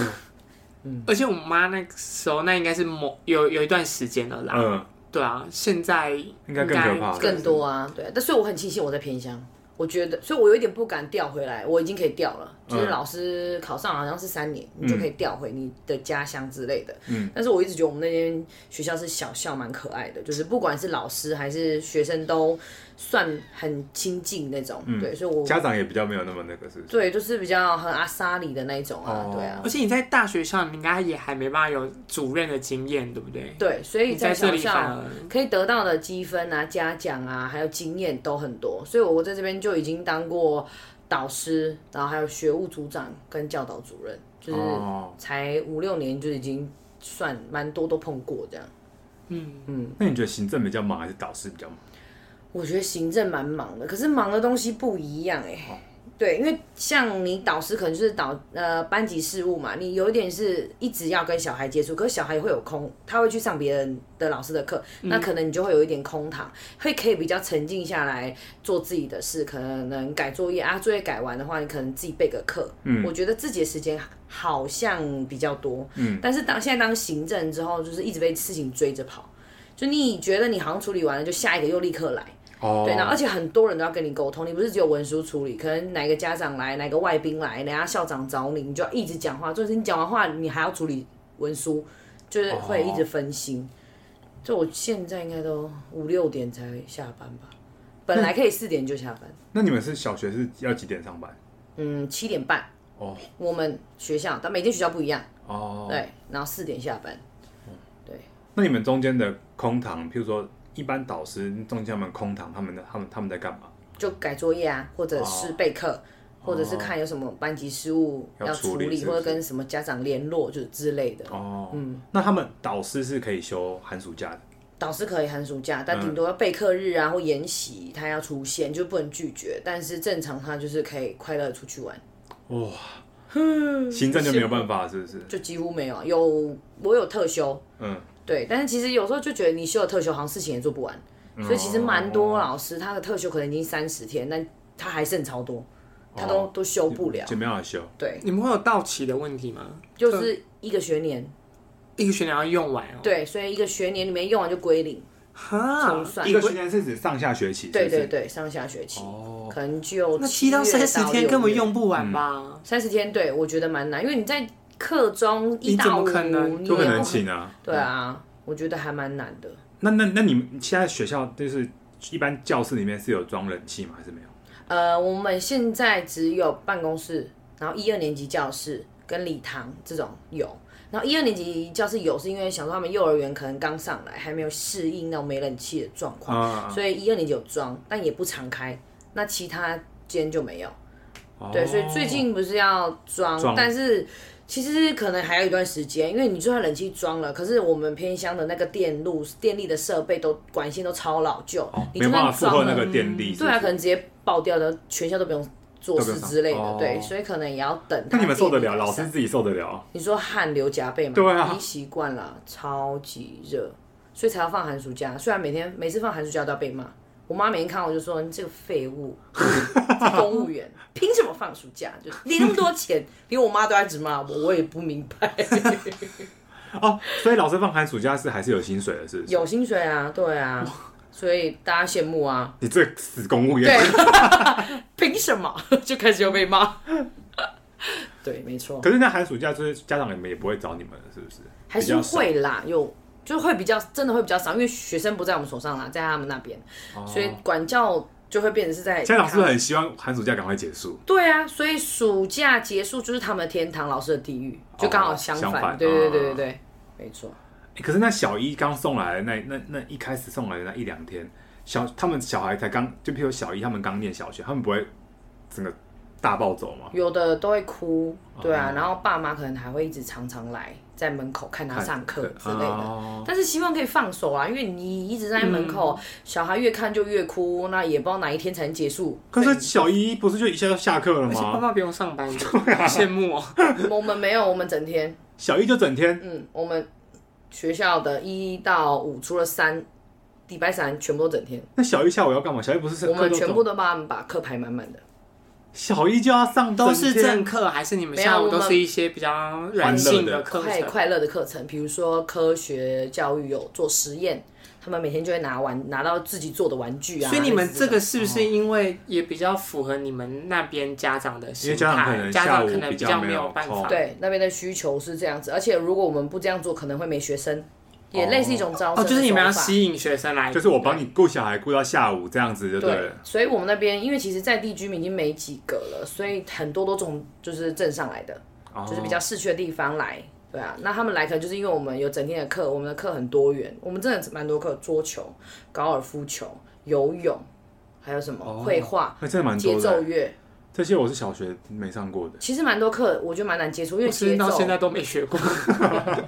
S1: 而且我妈那个时候，那应该是某有有一段时间了啦，
S2: 嗯，
S1: 对啊，现在应
S2: 该更可怕了
S3: 更多啊，对啊，但所以我很庆幸我在偏乡，我觉得，所以我有一点不敢调回来，我已经可以调了，就是
S2: 嗯
S3: 老师考上好像是三年，你就可以调回你的家乡之类的。
S2: 嗯，
S3: 但是我一直觉得我们那间学校是小校蛮可爱的，就是不管是老师还是学生都算很亲近那种，
S2: 嗯
S3: 对，所以我
S2: 家长也比较没有那么那个，是不是？
S3: 对就是比较很阿莎里的那种啊，
S2: 哦
S3: 对啊
S1: 而，且你在大学校，你应该也还没办法有主任的经验，对不对？
S3: 对，所以
S1: 你在这
S3: 小
S1: 里反
S3: 校
S1: 而
S3: 可以得到的积分啊、嘉奖啊，还有经验都很多，所以我在这边就已经当过导师，然后还有学务组长跟教导主任，就是
S2: 哦，
S3: 才五六年就已经算蛮多都碰过这样。
S2: 那你觉得行政比较忙还是导师比较忙？
S3: 我觉得行政蛮忙的，可是忙的东西不一样哎、
S2: 哦
S3: 对，因为像你导师可能就是导呃班级事务嘛，你有一点是一直要跟小孩接触，可是小孩会有空，他会去上别人的老师的课，
S2: 嗯
S3: 那可能你就会有一点空堂，会可以比较沉静下来做自己的事，可能改作业啊，作业改完的话，你可能自己备个课。
S2: 嗯
S3: 我觉得自己的时间好像比较多，
S2: 嗯，
S3: 但是当现在当行政之后，就是一直被事情追着跑，就你觉得你好像处理完了，就下一个又立刻来。
S2: 哦，
S3: 对，然后而且很多人都要跟你沟通，你不是只有文书处理，可能哪个家长来，哪个外宾来，哪家校长找你，你就要一直讲话，就是你讲完话，你还要处理文书，就是会一直分心。就我现在应该都五六点才下班吧，本来可以四点就下班，
S2: 那你们是小学是要几点上班？
S3: 嗯，七点半
S2: 哦
S3: 我们学校，但每间学校不一样，
S2: 哦，
S3: 对，然后四点下班，
S2: 那你们中间的空堂，譬如说一般导师中间他们空堂，他们的他们他们在干嘛？
S3: 就改作业啊，或者是备课，或者是看有什么班级事务
S2: 哦要
S3: 处
S2: 处理是不
S3: 或
S2: 是
S3: 者跟什么家长联络，就是之类的。
S2: 哦，嗯，那他们导师是可以休寒暑假的，
S3: 导师可以寒暑假，
S2: 嗯
S3: 但顶多要备课日啊或研习，他要出现就不能拒绝。但是正常他就是可以快乐地出去玩，嗯
S2: 行政就没有办法，是不是？
S3: 就几乎没有啊。有我有特休，
S2: 嗯，
S3: 对，但是其实有时候就觉得你休了特休，好像事情也做不完，
S2: 嗯
S3: 所以其实蛮多老师他的特休可能已经三十天，但他还剩超多，他都、
S2: 哦
S3: 都休不了。
S2: 就没办法休。
S3: 对，
S1: 你们会有到期的问题吗？
S3: 就是一个学年，
S1: 一个学年要用完哦。
S3: 对，所以一个学年里面用完就归零，
S1: 哈
S3: 重，算
S2: 一个学年是指上下学期，是
S3: 对
S2: 不
S3: 对
S2: 是，
S3: 对，上下学期、
S2: 哦，
S3: 可能就
S1: 那七到三十天根
S3: 根本
S1: 本用不完
S2: 嗯
S1: 吧？
S3: 三十天，对我觉得蛮难，因为你在课中一
S1: 你怎
S3: 到
S1: 么
S3: 五，
S1: 可能
S3: 你
S2: 不可
S3: 也
S2: 能请啊。
S3: 对啊，我觉得还蛮难的。
S2: 那那那你们现在学校就是一般教室里面是有装冷气吗？还是没有？
S3: 呃，我们现在只有办公室，然后一二年级教室跟礼堂这种有。然后一二年级教室有，是因为想说他们幼儿园可能刚上来，还没有适应那种没冷气的状况，
S2: 啊，
S3: 所以一二年级有装，但也不常开。那其他间就没有。
S2: 哦
S3: 对，所以最近不是要装，
S2: 装
S3: 但是其实可能还有一段时间，因为你就算冷气装了，可是我们偏乡的那个电路、电力的设备都管线都超老旧，
S2: 哦
S3: 你
S2: 没
S3: 就
S2: 有办法
S3: 算
S2: 负
S3: 装
S2: 荷
S3: 了，
S2: 那个电力，
S3: 对啊，
S2: 是不是
S3: 可能直接爆掉的，全校都不用做
S2: 都不
S3: 事
S2: 用上
S3: 之类的，
S2: 哦
S3: 对，所以可能也要等。
S2: 那你们受得了？老师？自己受得了？
S3: 你说汗流浃背嘛？
S2: 对啊
S3: 你习惯了，超级热，所以才要放寒暑假。虽然每天每次放寒暑假都要被骂，我妈每天看我就说你这个废物，公务员 凭什么放暑假？就领那么多钱，连我妈都一直骂我，我也不明 白。
S2: 哦，所以老师放寒暑假是还是有薪水的，是不是？
S3: 有薪水啊，对啊，所以大家羡慕啊。
S2: 你这个死公务员
S3: 对。， 凭什么就开始又被骂？对，没错。
S2: 可是那寒暑假就是家长你们也不会找你们了，是不是？
S3: 还
S2: 比
S3: 是
S2: 较少
S3: 会啦，有就会比较真的会比较少，因为学生不在我们手上啦，在他们那边，
S2: 哦
S3: 所以管教就会变成是在
S2: 家长是不是很希望寒暑假赶快结束？
S3: 对啊，所以暑假结束就是他们的天堂，老师的地狱，就刚好相
S2: 哦相
S3: 反，
S2: 反
S3: 对对
S2: 啊
S3: 对对对，没错，
S2: 哎、欸可是那小一刚送来的那那那一开始送来的那一两天，小他们小孩才刚，就譬如小一他们刚念小学，他们不会整个大暴走吗？
S3: 有的都会哭，
S2: 哦
S3: 对
S2: 嗯
S3: 啊，然后爸妈可能还会一直常常来在门口看他上课之类的。
S2: 哦
S3: 但是希望可以放手啊，因为你一直在门口，
S2: 嗯
S3: 小孩越看就越哭，那也不知道哪一天才能结束。
S2: 可是小一不是就一下就下课了
S1: 而且爸
S2: 吗？
S1: 爸不用上 班，
S2: 啊
S1: 好羡慕哦。
S3: 我们没有，我们整天，
S2: 小一就整天
S3: 嗯，我们学校的一到五，除了三，礼拜三全部都整天，
S2: 那小一下午要干嘛？小一不是
S3: 我
S2: 课
S3: 们
S2: 都
S3: 全
S2: 走
S3: 部都帮他们把课排满满的。
S2: 小一就要上
S1: 都是
S2: 整天
S1: 正课还是你们
S3: 没有
S1: 下午
S3: 我们
S1: 都是一些比较软性的课
S3: 快
S1: 程？
S3: 快乐的课程，比如说科学教育有做实验，他们每天就会拿玩拿到自己做的玩具啊。
S1: 所以你们
S3: 类似
S1: 这
S3: 这嗯
S1: 个是不是因为也比较符合你们那边家长的
S2: 因
S1: 心
S2: 为家长可
S1: 态？
S2: 能
S1: 家
S2: 下
S1: 长
S2: 午
S1: 可能
S2: 比较
S1: 较
S2: 没
S1: 没
S2: 有
S1: 有办
S2: 空
S1: 法。
S3: 对那边的需求是这样子，而且如果我们不这样做，可能会没学生，也类似一种招生的手法、
S1: 哦，就是你们要吸引学生来，
S2: 就是我帮你顾小孩顾到下午这样子就对
S3: 对
S2: 了。，
S3: 所以我们那边因为其实在地居民已经没几个了，所以很多都从就是镇上来的，
S2: 哦
S3: 就是
S1: 哦
S3: 比较市区的地方来。对啊，那他们来可能就是因为我们有整天的课，我们的课很多元，我们真的蛮多课，桌球、高尔夫球、游泳，还有什么、
S1: 哦
S3: 绘画、
S2: 那真哎的蛮
S3: 节
S2: 多
S3: 奏
S2: 的。
S3: 乐，
S2: 这些我是小学没上过的。
S3: 其实蛮多课，我觉得蛮难接触，因为
S1: 我其
S3: 节
S1: 实到
S3: 奏
S1: 现在都没学 过。哎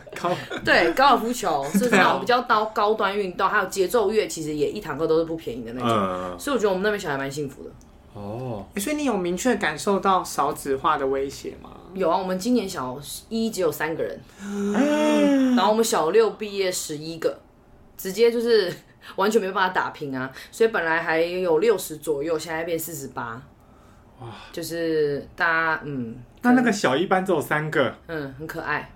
S3: 对高尔 夫球是
S1: 对啊
S3: 那种比较高高端运动，还有节奏乐，其实也一堂课都是不便宜的那种，
S2: 嗯，
S3: 所以我觉得我们那边小孩蛮幸福的。
S2: 哦，
S1: 所以你有明确感受到少子化的威胁吗？
S3: 有啊，我们今年小一只有三个人，然后我们小六毕业十一个，直接就是 完全没办法打拼啊，所以本来还有六十左右，现在变四十八，就是大家嗯
S2: 那那个小一班只有三个，
S3: 嗯很可爱，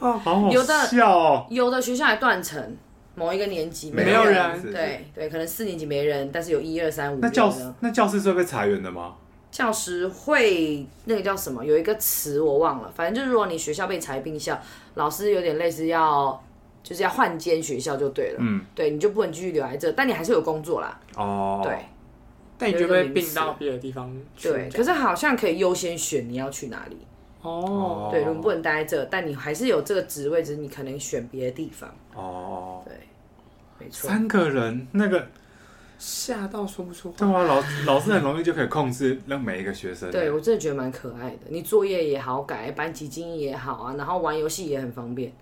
S2: 哦，好好
S3: 有的
S2: 笑哦。
S3: 有的学校还断层，某一个年级
S1: 没有人
S2: 是
S3: 对对，可能四年级没人，但是有一二三五
S2: 那
S3: 六
S2: 教
S3: 的
S2: 那教室是会被裁员的吗？
S3: 教师会那个叫什么？有一个词我忘了，反正就是如果你学校被裁并校，老师有点类似要就是要换间学校就对了，
S2: 嗯，
S3: 对，你就不能继续留在这，但你还是有工作啦，
S2: 哦，
S3: 对
S1: 但你就会并到别的地方去。
S3: 对。可
S1: 是
S3: 是好像可以优先选你要去哪里，
S1: 哦，
S3: 对，你不能待在这，但你还是有这个职位，只是你可能选别的地方，
S2: 哦，
S3: 对，没错。
S2: 三个人那个
S1: 吓到说不 出话。
S2: 对啊，老老师很容易就可以控制让每一个学生。
S3: 对，我真的觉得蛮可爱的。你作业也好改，班级经营也好啊，然后玩游戏也很方便。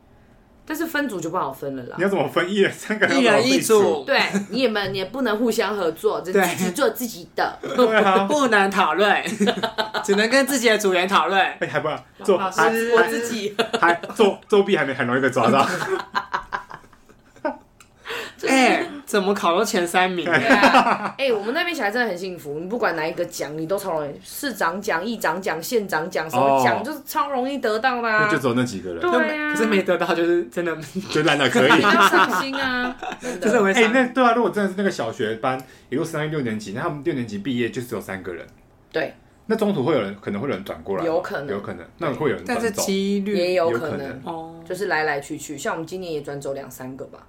S3: 但是分组就不好分了啦
S2: 你。要怎么分一人三个人？
S1: 一
S2: 要怎么
S1: 人
S2: 分
S1: 一
S2: 组，
S1: 组，
S3: 对，你也们也不能互相合作，就
S1: 对
S3: 自己做自己的。
S2: 对 啊，
S1: 不能讨 论，只能跟自己的组员讨 论。
S2: 哎，还不做
S1: 老师
S2: 还
S1: 我
S2: 还
S1: 自
S3: 己，
S2: 还作作弊还没很容易被抓到。
S1: 哎、怎么考到前三名？
S3: 对啊，哎、我们那边小孩真的很幸福，你不管哪一个奖，你都超容易，市长奖、议长奖、县长奖什么奖，
S2: 哦
S3: 就是超容易得到的、
S2: 那
S3: 啊
S2: 就。只有那几个人，
S1: 就
S3: 对
S1: 没
S3: 啊，
S1: 可是没得到，就是真的，
S2: 就烂到可以
S3: 你。要上心啊，真
S1: 真的
S3: 的。
S1: 会
S2: 哎、
S1: 伤。
S2: 那对啊，如果真的是那个小学班一路升到六年级，那他们六年级毕业就只有三个人，
S3: 对，
S2: 那中途会有人可能会有人转过来吗，
S3: 有可能
S2: 有可能，那会有人
S1: 但
S2: 转
S1: 是
S2: 走。
S1: 几
S3: 也
S1: 率
S3: 有
S2: 有
S3: 可
S2: 可
S3: 能
S2: 能，
S1: 哦，
S3: 就是来来去去，像我们今年也转走两三个吧。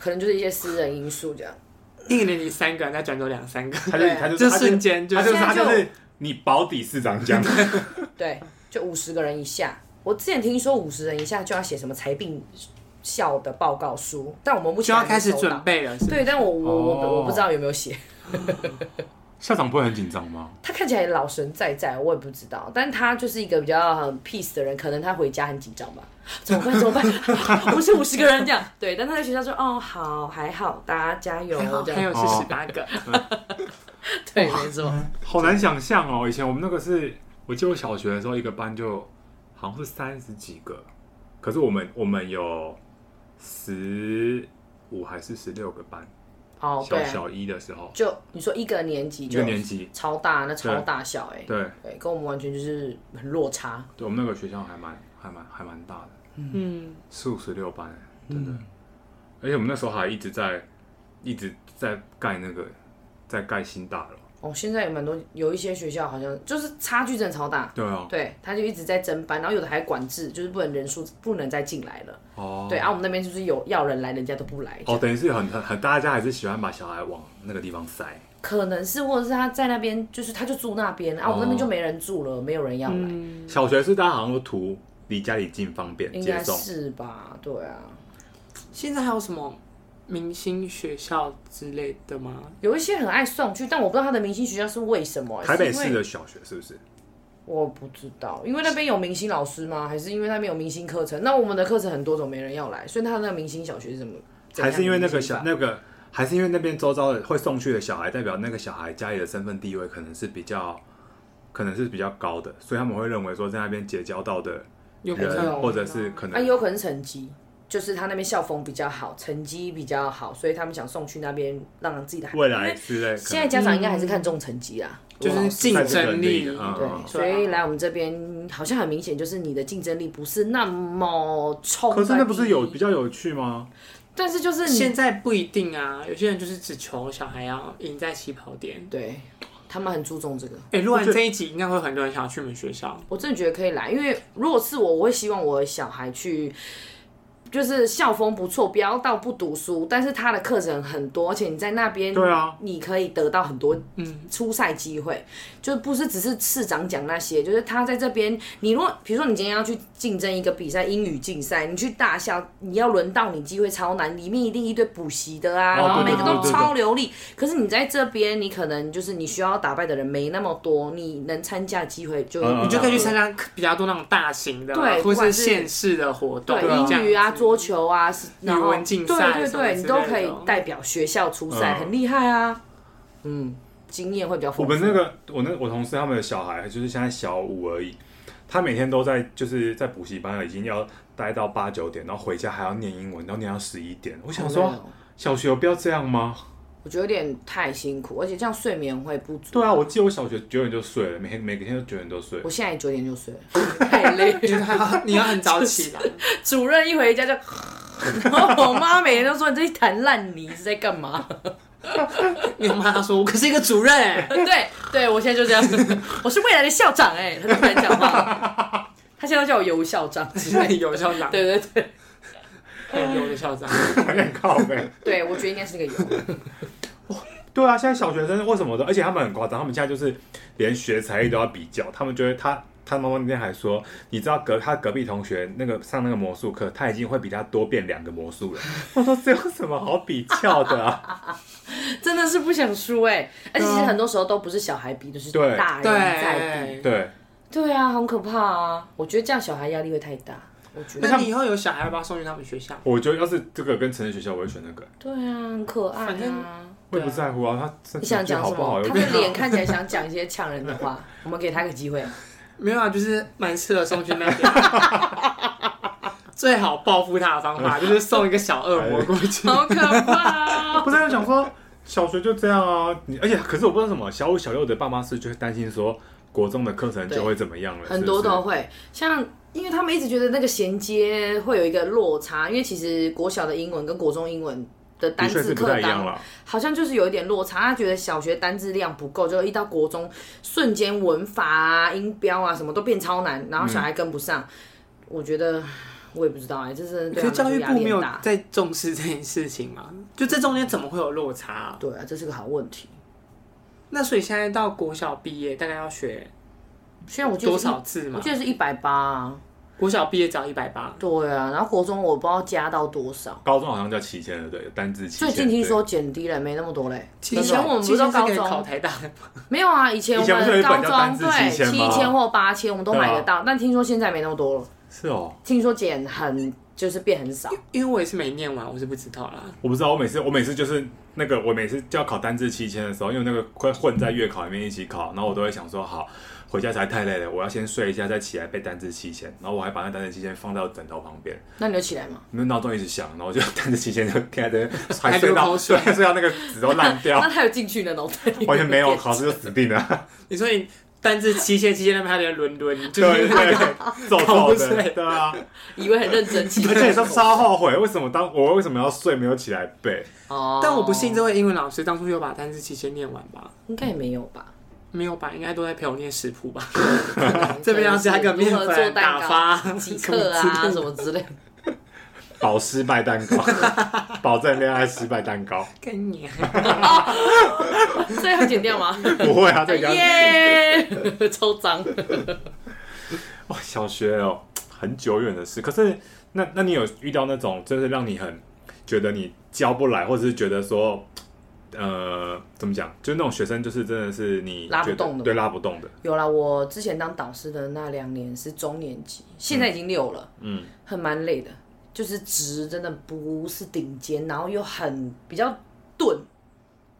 S3: 可能就是一些私人因素这样。
S1: 一个年级三个，再转走两三个，
S2: 他就
S3: 对啊
S2: 他就
S1: 这
S2: 他就
S1: 瞬间就
S2: 他就是
S3: 现在
S2: 他
S3: 就
S2: 就是你保底市 长奖，
S3: 对，就五十个人以下。我之前听说五十人以下就要写什么裁并校的报告书，但我们目
S1: 就
S3: 前
S1: 要
S3: 还没
S1: 开始
S3: 收
S1: 准
S3: 到。
S1: 备了。是吗
S3: 对，但我我
S2: 哦
S3: 我我不知道有没有写。
S2: 校长不会很紧张吗？
S3: 他看起来老神在在，我也不知道，但他就是一个比较很 peace 的人，可能他回家很紧张 吧。怎么办？怎么办？我们是五十个人这样。对，但他在学校说，哦，好，还好，大家加油
S1: 还好，
S3: 这
S1: 还
S3: 样。
S1: 有哦是十八个，
S3: 对，没错。
S2: 好难想象哦，以前我们那个是，我记得我小学的时候一个班就好像是三十几个，可是我们我们有十五还是十六个班，
S3: 哦，对
S2: 小
S3: 嗯啊，
S2: 小一的时候，
S3: 就你说一个年级
S2: 一
S3: 就
S2: 个年级，
S3: 超大，那超大小哎、
S2: 对。
S3: 对，跟我们完全就是很落差。
S2: 对我们那个学校还蛮还蛮还蛮大的，
S1: 嗯，
S2: 四五十六班，真的。而且我们那时候还一直在一直在盖那个，在盖新大楼。
S3: 哦，现在有蛮多有一些学校好像就是差距真的超大，
S2: 对啊，
S3: 对，他就一直在增班，然后有的还管制，就是不能人数不能再进来了。
S2: 哦，
S3: 对啊，我们那边就是有要人来，人家都不来，
S2: 哦，等于是很很很，大家还是喜欢把小孩往那个地方塞。
S3: 可能是或者是他在那
S2: 哦嗯
S3: 边，就是他就住那边啊，我们那边就没人住了，没有人要来。
S2: 小学是大家好像都图离家里近方便
S3: 应
S2: 接
S3: 该
S2: 送。
S3: 是吧？对啊，
S1: 现在还有什么明星学校之类的吗？
S3: 有一些很爱送去，但我不知道他的明星学校是为什么、欸
S2: 台北市
S3: 是因为
S2: 的小学是不是？
S3: 我不知道，因为那边有明星老师吗？还是因为那边有明星课程？那我们的课程很多种，没人要来，所以他那个明星小学是怎么？怎
S2: 还
S3: 样
S2: 是因为那个
S3: 明星
S2: 小
S3: 法
S2: 那个，还是因为那边周遭的会送去的小孩，代表那个小孩家里的身份地位可能是比较，可能是比较高的，所以他们会认为说在那边结交到的
S1: 有比较
S2: 人，
S1: 有
S2: 或者是可
S3: 啊，
S2: 能
S3: 有可能是成绩，就是他那边校风比较好，成绩比较好，所以他们想送去那边，让自己的孩子。
S2: 未
S3: 因
S2: 来嗯
S3: 为
S2: 之类，可
S3: 现
S2: 能
S3: 在家长应该还是看重成绩啊啦，
S1: 就是竞争力，
S2: 竞争力嗯
S3: 对，所以来我们这边好像很明显，就是你的竞争力不是那么冲。
S2: 可是那不是有比，较有趣吗？
S3: 但是就是你
S1: 现在不一定啊，有些人就是只求小孩要赢在起跑点。
S3: 对他们很注重这个。
S1: 哎、录完这一集，应该会很多人想要去你们学校。
S3: 我真的觉得可以来，因为如果是我，我会希望我的小孩去，就是校风不错，不要到不读书，但是他的课程很多，而且你在那边，
S2: 对啊，
S3: 你可以得到很多
S1: 嗯
S3: 出赛机会，就不是只是市长讲那些，就是他在这边，你如果比如说你今天要去竞争一个比赛，英语竞赛，你去大校，你要轮到你机会超难，里面一定一堆补习的
S2: 哦
S3: 啊，然后
S1: 对
S3: 每
S1: 对
S3: 个
S1: 对
S3: 都
S1: 对
S3: 超流利。可是你在这边，你可能就是你需要打败的人没那么多，你能参加的机会就
S2: 嗯
S1: 你就可以去参
S3: 加。
S1: 加比较多那种大型的啊，
S3: 对
S1: 或
S3: 不管是
S1: 县市的活动，
S3: 对
S1: 这样子
S3: 英语啊、桌球啊，是然后
S1: 语文竞赛
S3: 对对
S1: 什么之类
S3: 对，
S1: 的
S3: 你都可以代表学校出赛，
S2: 嗯
S3: 很厉害啊。嗯，经验会比较
S2: 我
S3: 丰富。
S2: 们那个我那我同事他们的小孩就是现在小五而已，他每天都在就是在补习班已经要待到八九点，然后回家还要念英文，然后念到十一点。我想
S3: 好累
S2: 说
S3: 哦，
S2: 小学有必要这样吗？
S3: 我觉得有点太辛苦，而且这样睡眠会不足。
S2: 对啊，我记得我小学九点就睡了，每天每个天都九点都睡
S3: 我。现在九点就睡了，太累了。
S1: 就是他你要很早起来。
S3: 主任一回家就， 然后我妈每天都说你这一滩烂泥是在干嘛？
S1: 你有骂他说我可是一个主任哎、
S3: 对对，我现在就这样， 我是未来的校长哎、他就在讲话， 他现在都叫我尤校长之类的。
S1: 有校长，
S3: 对对对，
S1: 有的校长，
S2: 靠呗。
S3: 对我觉得应该是那个尤。
S2: 对啊，现在小学生为什么的？而且他们很夸张，他们现在就是连学才艺都要比较。他们觉得他他妈妈那天还说，你知道隔他隔壁同学那个上那个魔术课，他已经会比他多变两个魔术了。 我说这有什么好比较的啊？
S3: 真的是不想输哎、而且其实很多时候都不是小孩比，就是
S2: 对
S3: 大人在比。
S1: 对。
S2: 对，
S3: 对啊，很可怕啊！我觉得这样小孩压力会太大。我觉得
S1: 那你以后有小孩，要不要送去他们学校？
S2: 我觉得要是这个跟成人学校，我会选那个，欸
S3: 对啊，很可爱
S1: 反正
S3: 啊。
S2: 我也不在乎啊。他身
S3: 你
S2: 体
S3: 想讲
S2: 好
S3: 什
S2: 不好啊
S3: 么？
S2: 又
S3: 他
S2: 不
S3: 的
S2: 是
S3: 脸看起来想讲一些呛人的话， 我们给他个机会。
S1: 没有啊，就是蛮适合送去那边。 最好报复他的方 法就是送一个小恶魔过 去。
S3: 好可怕、
S2: 不是他想说小学就这样啊？你而且可是我不知道什么小五小六的爸妈是就会担心说国中的课程就会怎么样了，
S3: 很
S2: 是不
S3: 多
S2: 是
S3: 都会，像因为他们一直觉得那个衔接会有一个落差，因为其实国小的英文跟国中英文的单
S2: 的确
S3: 字
S2: 是不
S3: 课
S2: 太一样
S3: 纲
S2: 了。
S3: 好像就是有一点落差，他觉得小学单字量不够，就一到国中瞬间文法啊、音标啊什么都变超难，然后小孩跟不上。我觉得我也不知道哎、这是
S1: 可
S3: 对
S1: 是
S3: 他
S1: 教
S3: 们
S1: 育
S3: 来说压
S1: 部
S3: 力
S1: 没
S3: 很
S1: 有
S3: 大。
S1: 在重视这件事情嘛？就这中间怎么会有落差啊、
S3: 对啊，这是个好问题。
S1: 那所以现在到国小毕业，大概要学
S3: 虽然我记得
S1: 多
S3: 是一
S1: 少字
S3: 我
S1: 嘛
S3: 记？得是一百八啊，
S1: 国小毕业只要一百八，
S3: 对啊，然后国中我不知道加到多少，
S2: 高中好像叫七千了，对，有单字七千。
S3: 最近听说减低了，没那么多嘞。哦
S1: 其
S3: 以
S1: 实
S3: 前我们
S1: 哦
S3: 不
S1: 其
S3: 是
S1: 实
S3: 都
S1: 是
S3: 高
S1: 可以考
S3: 中，
S1: 台大的，
S3: 没有啊，以前我
S2: 以前不是有
S3: 们
S2: 一本
S3: 高
S2: 叫单
S3: 中
S2: 字
S3: 对
S2: 7000吗
S3: 七千或八千我们都买得到，但听说现在没那么多了，
S2: 对是哦，
S3: 听说减很就是变很少。
S1: 因为我也是没念完，我是不知道啦。
S2: 我不知道，我每次我每次就是那个我每次就要考单字七千的时候，因为那个会混在月考里面一起考，然后我都会想说好。回家才太累了，我要先睡一下，再起来背单字七千，然后我还把那单字七千放到枕头旁边，
S3: 那你就起来嘛。
S2: 那闹钟一直响，然后我就单字七千就贴在这边，
S1: 还
S2: 还睡
S1: 流
S2: 到
S1: 口水
S2: 对，睡到那个纸都烂 掉
S3: 那，他有进去的脑袋里？
S2: 完全没有，考试就死定了。
S1: 你说你单字七千七千那边还有轮轮，就是
S2: 对 对对，走
S1: 考
S2: 走
S1: 哦不
S2: 的，
S1: 睡
S2: 对啊，
S3: 以为很认真起
S2: 而且都超后悔，为什么当我为什么要睡没有起来背？
S3: 哦
S1: 但我不信这位英文老师当初有把单字七千念完吧？
S3: 应该也没有 吧？
S1: 没有吧？应该都在陪我念食谱吧？这边要加个面
S3: 如何做
S1: 粉
S3: 蛋
S1: 打
S3: 糕
S1: 发
S3: 即 刻啊， 什么之类的。
S2: 保失败蛋糕， 保证恋爱失败蛋糕，
S1: 跟你啊，
S3: 这要剪 掉吗？
S2: 不会
S1: 哎
S2: 啊，这个要
S3: 耶，超脏。
S2: 哇，小学哦，很久远的事。可是那那你有遇到那种就是让你很觉得你教不来，或者是觉得说呃怎么讲，就是那种学生就是真的是你
S3: 拉不
S2: 觉得
S3: 动的
S2: 对拉不动的，
S3: 有啦，我之前当导师的那两年是中年级，现在已经六了，
S2: 嗯，
S3: 很蛮累的，就是值真的不是顶尖，然后又很比较钝，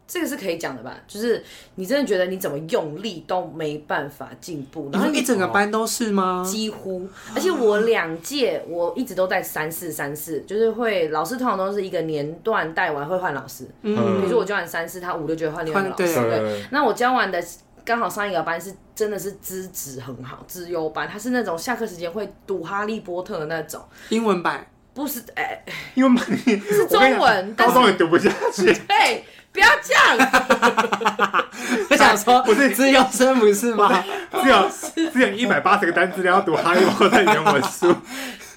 S3: 这个是可以讲的吧？就是你真的觉得你怎么用力都没办法进步，
S1: 你
S3: 然后
S1: 说一
S3: 你
S1: 整个班都是吗？
S3: 几乎，
S2: 嗯
S3: 而且我两届我一直都在三四三四，就是会老师通常都是一个年段带完会换老师，比如
S1: 嗯，
S3: 说我教完三四，他五六就会换另外一个
S1: 换
S3: 老
S1: 对
S3: 师，对。
S2: 呃
S3: 那我教完的刚好上一个班是真的是资质很好，资优班，他是那种下课时间会读《哈利波特》的那种，
S1: 英文版
S3: 不是哎、
S2: 因为你
S3: 是中
S2: 我
S3: 文
S2: 跟你讲高
S3: 但是
S2: 中也读不下去，
S3: 哎，不要这样，
S1: 我想说，不是自由生不是 吗？
S2: 只 有只有一百八十个单词，然后读哈利波特原文书，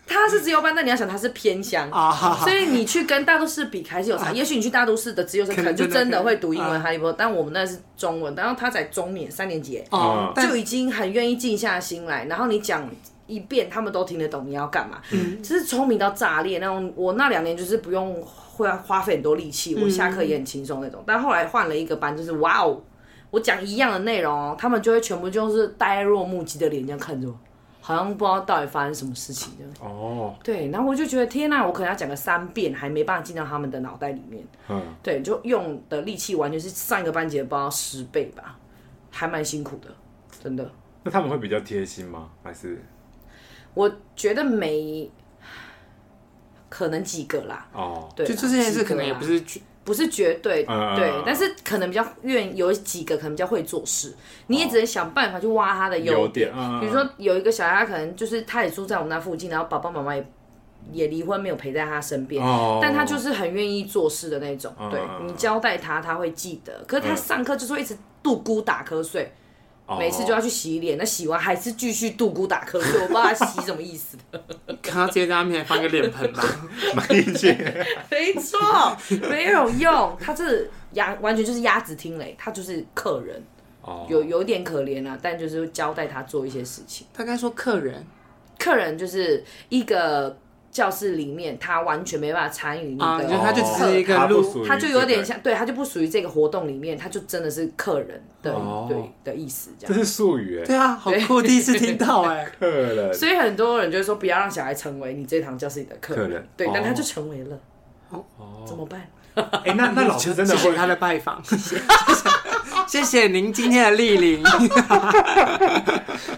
S3: 他是资优班，但你要想他是偏乡。
S1: 啊，哈哈
S3: 所以你去跟大都市比还是有差，也许你去大都市的资优生可
S1: 啊可能
S3: 能就
S1: 真的
S3: 真的
S1: 可以
S3: 会读英
S1: 啊
S3: 文《哈利波特》，但我们那是中文，然后他才中年三年级耶，
S1: 哦
S2: 嗯，
S1: 但
S3: 就已经很愿意静下心来，然后你讲一遍，他们都听得懂你要干嘛，
S1: 嗯
S3: 就是聪明到炸裂那种。我那两年就是不用会花费很多力气，
S1: 嗯
S3: 我下课也很轻松那种。但后来换了一个班，就是哇哦，我讲一样的内容哦，他们就会全部就是呆若木鸡的脸这样看着我，好像不知道到底发生什么事情这样。
S2: 哦，
S3: 对，然后我就觉得天呐，我可能要讲个三遍，还没办法进到他们的脑袋里面。
S2: 嗯，
S3: 对，就用的力气完全是上一个班级的不知道十倍吧，还蛮辛苦的，真的。
S2: 那他们会比较贴心吗？还是
S3: 我觉得没，可能几个啦，
S2: 哦，
S3: 对啦，
S1: 就这件事可能
S3: 几
S1: 也
S3: 个啦
S1: 不是去
S3: 不是绝对、
S2: 嗯
S3: 对，但是可能比较愿有几个可能比较会做事，你也只能想办法去挖他的优
S2: 优点，嗯
S3: 比如说有一个小孩，他可能就是他也住在我们那附近，然后爸爸妈妈也也离婚，没有陪在他身边。
S2: 哦，
S3: 但他就是很愿意做事的那种，
S2: 嗯
S3: 对
S2: 嗯嗯
S3: 你交代他，他会记得。可是他
S2: 嗯
S3: 上课就是会一直度咕打瞌睡，
S2: 哦
S3: 每 次就要去洗脸，那洗完还是继续度咕打瞌睡，我不知道他洗什么意思。
S1: 看到直接在他面前放一个脸盆吧？
S2: 买一件，
S3: 没错，没有用，他是鸭，完全就是鸭子听雷，他就是客人，
S2: 哦
S3: 有有点可怜啊，但就是交代他做一些事情。
S1: 大概说客人
S3: 客人就是一个教室里面，他完全没办法参与你
S1: 啊，你
S3: 的
S1: 说他就只是一
S2: 哦
S1: 个
S2: 他不
S1: 路
S2: 属于
S3: 他就有点
S2: 这
S3: 像，对，他就不属于这个活动里面，他就真的是客人的、
S2: 哦
S3: 对的意思这
S2: 个，
S3: 样。
S2: 这是术语哎，
S1: 对啊，好酷，第一次听到哎、
S2: 客人，
S3: 所以很多人就会说，不要让小孩成为你这堂教室里的客人，
S2: 客人
S3: 对，但
S2: 哦
S3: 他就成为了，怎
S2: 哦，
S3: 么办？
S2: 哎，那那老师真的
S1: 哦谢
S2: 会
S1: 谢
S3: 啊
S1: 他的拜访， 谢谢谢谢您今天的莅 临。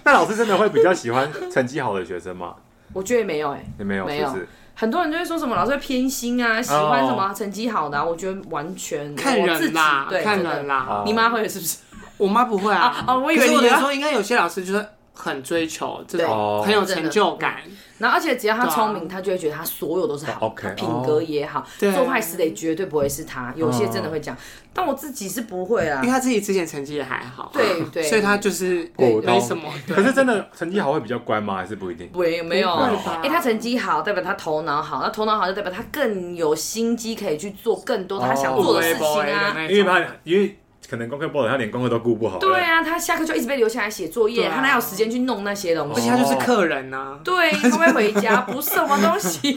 S2: 那老师真的会比较喜欢成绩好的学生吗？
S3: 我觉得没有哎、
S2: 也没有，
S3: 没
S2: 是
S3: 有
S2: 不是？
S3: 很多人就会说什么老师会偏心啊，喜欢什么
S2: 哦
S3: 啊、成绩好的、啊，我觉得完全
S1: 看
S3: 我自
S1: 人
S3: 己
S1: 啦，
S3: 对，
S1: 看
S3: 真的
S1: 人。啦。
S2: 哦
S3: 你妈会是不是？
S1: 我妈不会啊
S3: 啊，哦我以为
S1: 可是我
S3: 你
S1: 的
S3: 要
S1: 说，应该有些老师就是很追求这种
S2: 对
S1: 很有成就感，
S3: 然后而且只要他
S1: 对啊
S3: 聪明，他就会觉得他所有都是
S2: 哦
S3: 好，
S2: OK，
S3: 他品格也好，
S1: 对
S3: 做坏事的也绝对不会是他。有些真的会
S2: 哦
S3: 讲，但我自己是不会啊
S1: 因为。她自己之前成绩也还好，啊
S3: 对对
S1: 所以她就是
S2: 对
S1: 没什么。
S2: 可
S1: 对，
S2: 是真的成绩好会比较乖吗？还是不一定？
S3: 没没有，
S1: 不
S2: 会
S1: 吧
S3: 哎、他成绩好，代表他头脑好，那头脑好就代表他更有心机，可以去做更多他想
S2: 哦
S3: 做的事情
S1: 微微的
S3: 啊。
S1: 那种
S2: 因为他因为可能功课不好，他连功课都顾不好。
S3: 对，啊，他下课就一直被留下来写作业，
S1: 对啊
S3: 他哪有时间去弄那些东
S1: 而且
S3: 西？
S1: 她就是客人啊呐、
S3: 对，他会回家，不是什么东西，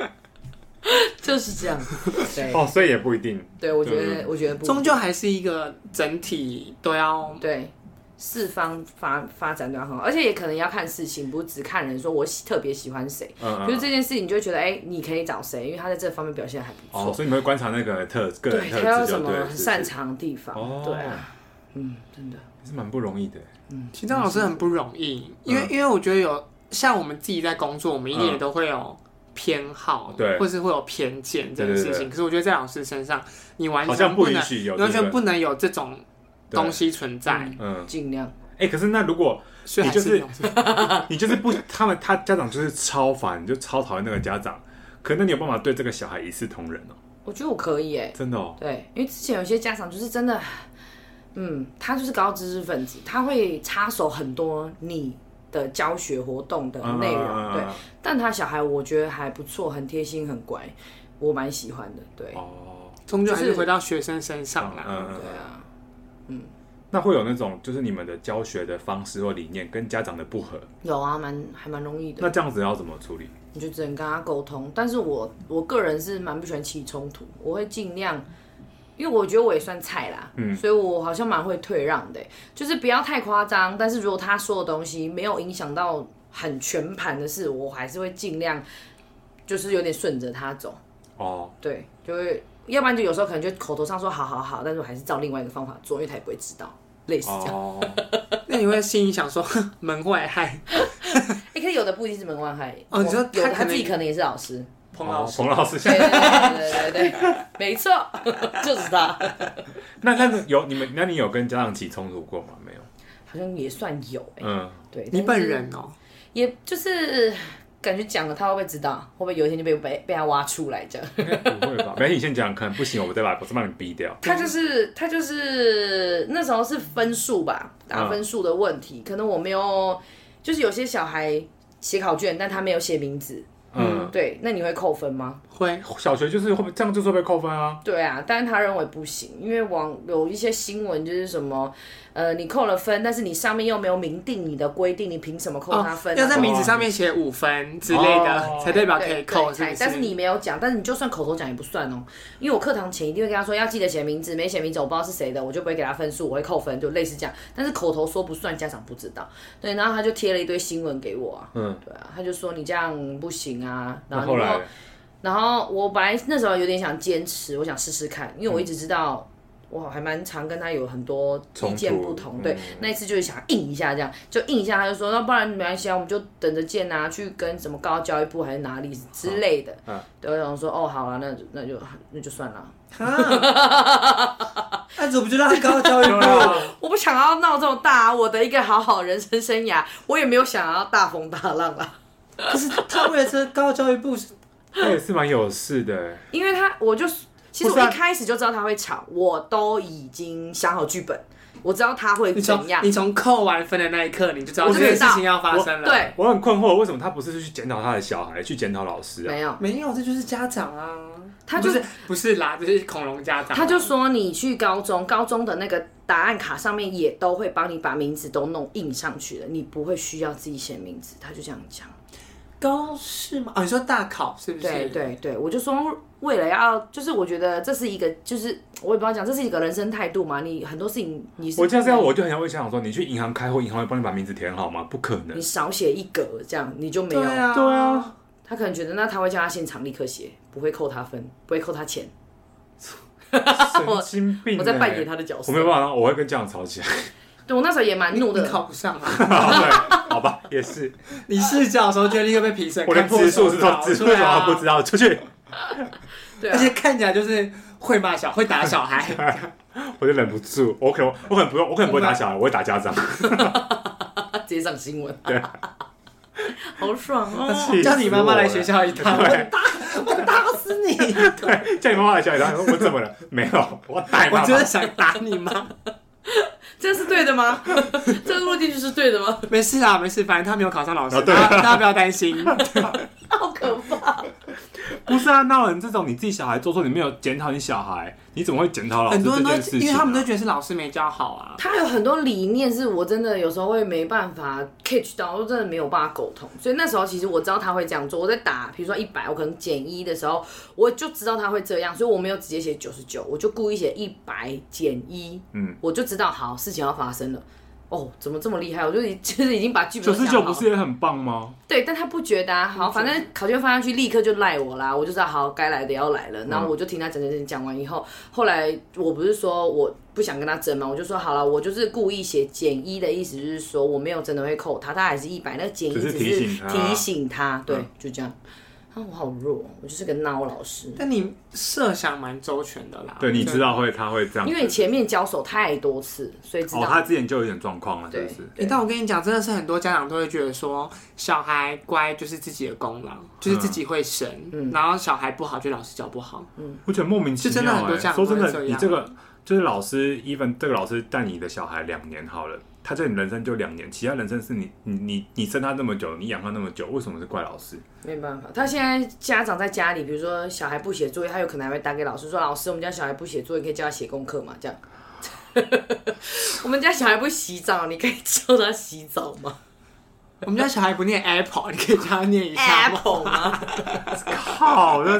S3: 就是这样。对，
S2: 哦，所以也不一定。
S3: 对我觉得，我觉得不
S1: 终究还是一个整体都要
S3: 对。四方发发展都要很好，而且也可能要看事情，不是只看人。说我喜特别喜欢谁，
S2: 嗯，
S3: 就是
S2: 嗯
S3: 这件事情，你就会觉得，哎、你可以找谁，因为他在这方面表现得还不
S2: 哦，
S3: 错。
S2: 所以你们会观察那个人的特个
S3: 对，
S2: 人特
S3: 他
S2: 质
S3: 有什
S2: 就
S3: 么
S2: 对了，
S3: 很擅长的地方？
S2: 哦
S3: 对啊，嗯，真的，
S2: 是是蛮不容易的。
S1: 其实当老师很不容易，因为、因为我觉得有像我们自己在工作，我们一定也都会有偏好，
S2: 对
S1: 或是会有偏见这件事情。
S2: 对对对
S1: 可是我觉得在老师身上，你完
S2: 好像
S1: 全不
S2: 不
S1: 能
S2: 允许有
S1: 你完
S2: 这
S1: 全
S2: 个
S1: 不能有这种
S2: 对
S1: 东西存在，
S2: 嗯，
S3: 尽量。
S2: 哎，可是那如果
S1: 所以还
S2: 你就是
S1: 是有
S3: 啊
S2: 你就是不，他们他家长就是超烦，你就超讨厌那个家长。可那你有办法对这个小孩一视同仁哦？
S3: 我觉得我可以哎、
S2: 真的哦，
S3: 对，因为之前有些家长就是真的，嗯，他就是高知识分子，他会插手很多你的教学活动的内容，
S2: 嗯
S3: 啊对。但他小孩我觉得还不错，很贴心，很乖，我蛮喜欢的，对，
S2: 哦，
S1: 终究还
S3: 就是是
S1: 回到学生身上啦。
S2: 嗯嗯
S3: 对啊，
S2: 嗯那会有那种就是你们的教学的方式或理念跟家长的不合，
S3: 有啊，蛮还蛮容易的。
S2: 那这样子要怎么处理？
S3: 你就只能跟他沟通。但是我我个人是蛮不喜欢起冲突，我会尽量，因为我觉得我也算菜啦，
S2: 嗯
S3: 所以我好像蛮会退让的欸、就是不要太夸张。但是如果他说的东西没有影响到很全盘的事，我还是会尽量，就是有点顺着他走，
S2: 哦，
S3: 对，就会，要不然就有时候可能就口头上说好好好，但是我还是照另外一个方法做，因为他也不会知道，类似这样。
S2: 哦，
S1: 那你会心里想说 门外汉
S3: 哎、可是有的不一定是门外汉
S1: 哦你说
S3: 有的
S1: 他可
S3: 他
S1: 能
S3: 自己可能也是老师，
S1: 彭老师
S2: 彭哦老师，
S3: 对对对 对对对，没错， 就是他，
S2: 那那有你们，那你有跟家长起冲突过吗？没有，
S3: 好像也算有哎、
S2: 嗯，
S3: 对，
S1: 你
S3: 但
S1: 本
S3: 是
S1: 人哦、
S3: 也就是感觉讲了，他会不会知道？会不会有一天就被被被他挖出来这样？
S2: 应该不会吧？没 事，你先讲讲看，不行，我再把我再帮你逼掉。
S3: 他就是他就是那时候是分数吧，打分数的问
S1: 嗯
S3: 题，可能我没有，就是有些小孩写考卷，但他没有写名字，
S2: 嗯，
S3: 对，那你会扣分吗？
S1: 会
S2: 小学就是会被这样就是会被扣分啊。
S3: 对啊，但是他认为不行，因为网有一些新闻就是什么，呃，你扣了分，但是你上面又没有明定你的规定，你凭什么扣他分、啊
S1: 哦要在名字上面写五分之类的
S2: 哦
S1: 才代表可以
S3: 对，
S1: 扣，是不
S3: 对才
S1: 是？
S3: 但是你没有讲，但是你就算口头讲也不算哦，因为我课堂前一定会跟他说要记得写名字，没写名字我不知道是谁的，我就不会给他分数，我会扣分，就类似这样。但是口头说不算，家长不知道。对，然后他就贴了一堆新闻给我啊，
S2: 嗯，
S3: 对啊，他就说你这样不行啊，然
S2: 那
S3: 后
S2: 后
S3: 你
S2: 来
S3: 然后我本来那时候有点想坚持，我想试试看，因为我一直知道、我还蛮常跟他有很多意见不
S2: 冲
S3: 同，
S2: 突
S3: 对，
S2: 嗯
S3: 那一次就是想硬一下，这样就硬一下，他就说那不然没关系啊，我们就等着见啊，去跟什么高教育部还是哪里之类的，
S2: 嗯
S3: 对，我想说哦好了，那就那就那就算了，
S1: 啊，那怎么不就让他高教育部？
S2: 对啊
S3: 我不想要闹这种大、我的一个好好人生生涯，我也没有想要大风大浪啊啦。
S1: 可是他为了这高教育部，
S2: 他也是蛮有事的，
S3: 因为他我就其实
S1: 不是
S3: 我
S1: 啊
S3: 一开始就知道他会吵，我都已经想好剧本，我知道他会
S1: 你
S3: 怎
S1: 从
S3: 样
S1: 你。从扣完分的那一刻，你就知道
S3: 我
S1: 这
S3: 就
S1: 件
S3: 知道
S1: 事情要发生了。
S3: 对，
S2: 我很困惑，为什么他不是去检讨他的小孩，去检讨老师啊？
S3: 没有，
S1: 没有，这就是家长啊。
S3: 他就
S1: 不是不是啦，这是恐龙家长。
S3: 他就说你去高中，高中的那个答案卡上面也都会帮你把名字都弄印上去的，你不会需要自己写名字。他就这样讲。
S1: 高是吗？哦，你说大考是不是？
S3: 对对对，我就说为了要，就是我觉得这是一个，就是我也不知道讲，这是一个人生态度嘛。你很多事情你是
S2: 我这样这样，我就很想问想说，你去银行开户，银行会帮你把名字填好吗？不可能
S3: 你。少写一格，这样你就没有
S1: 对啊，
S2: 对啊，
S3: 他可能觉得，那他会叫他现场立刻写，不会扣他分，不会扣他钱。
S2: 神经病欸！
S3: 我在扮演他的角
S2: 我
S3: 色
S2: 没有办法，我会跟家长吵起来。
S3: 对我那时候也蛮怒
S1: 你
S3: 的，
S1: 考不上啊！
S2: 对，好吧，也 是。
S1: 你试教的时候就立刻被评审
S2: 我连
S1: 看破
S2: 植树
S1: 手
S2: 是
S1: 脚，
S2: 植树
S1: 对
S2: 什
S1: 啊
S2: 么不知道，出去
S3: 对啊
S1: 而，且看起来就是会骂小会打小 孩，
S2: 我就忍不住，我可能我可能不用，我可能不会打小孩，我会打家长。
S3: 他直接上新闻，
S2: 对，
S3: 好爽 哦！
S2: 气死
S1: 叫你妈妈来学校一趟，
S2: 我了，
S1: 我打死你！
S2: 对，叫你妈妈来学校一趟。我怎么了？没有，我打你
S1: 我
S2: 妈妈
S1: 真的想打你妈！
S3: 这是对的吗？ 这个录进去是对的 吗？
S1: 没事啦，没事，反正他没有考上老师，
S2: 啊对
S1: 大家大家不要担心。
S3: 好可怕！
S2: 不是啊，闹人这种你自己小孩做错，你没有检讨你小孩，你怎么会检讨老师
S1: 很多
S2: 这
S1: 人都
S2: 件事情
S1: 会
S2: 啊？
S1: 因为他们都觉得是老师没教好啊。
S3: 他有很多理念是我真的有时候会没办法 catch 到，我真的没有办法沟通。所以那时候其实我知道他会这样做，我在打比如说一百，我可能减一的时候，我就知道他会这样，所以我没有直接写九十九，我就故意写一百减一，
S2: 嗯，
S3: 我就知道好事情要发生了。哦，怎么这么厉害？我就已 就是已经把剧本
S2: 九
S3: 都想
S2: 十
S3: 好
S2: 九
S3: 了
S2: 不是也很棒吗？
S3: 对，但他不觉得啊。好，反正考卷放上去，立刻就赖我啦。我就知道，好，该来的要来
S2: 嗯
S3: 了。然后我就听他讲讲讲讲完以后，后来我不是说我不想跟他争嘛，我就说好了，我就是故意写减一的意思，就是说我没有真的会扣他，他还是一百，那个减一
S2: 只是
S3: 只是
S2: 提醒他
S3: 提醒他，对
S2: 嗯，
S3: 就这样。啊，我好弱，我就是个孬老师。
S1: 但你设想蛮周全的啦。
S2: 对，你知道会他会这样子，
S3: 因为你前面交手太多次，所以知道。
S2: 哦，他之前就有点状况了，是
S3: 对
S2: 不是？
S1: 欸但我跟你讲，真的是很多家长都会觉得说，小孩乖就是自己的功劳，就是自己会生，然后小孩不好就老师教不好。
S2: 我觉得莫名其
S1: 就真的很
S2: 妙、
S1: 多家长
S2: 欸。说真
S1: 都会
S2: 的，
S1: 这
S2: 你
S1: 样
S2: 这个就是老师，even 这个老师带你的小孩两年好了，他在你人生就两年，其他人生是你你你你生他那么久，你养他那么久，为什么是怪老师？
S3: 没办法，他现在家长在家里，比如说小孩不写作业，他有可能还会打给老师说：“老师，我们家小孩不写作业，可以叫他写功课嘛？”这样， 我们家小孩不洗澡，你可以教他洗澡吗
S1: 我们家小孩不念 Apple，你可以教他念一下吗
S3: ？Apple 吗？
S2: 靠，那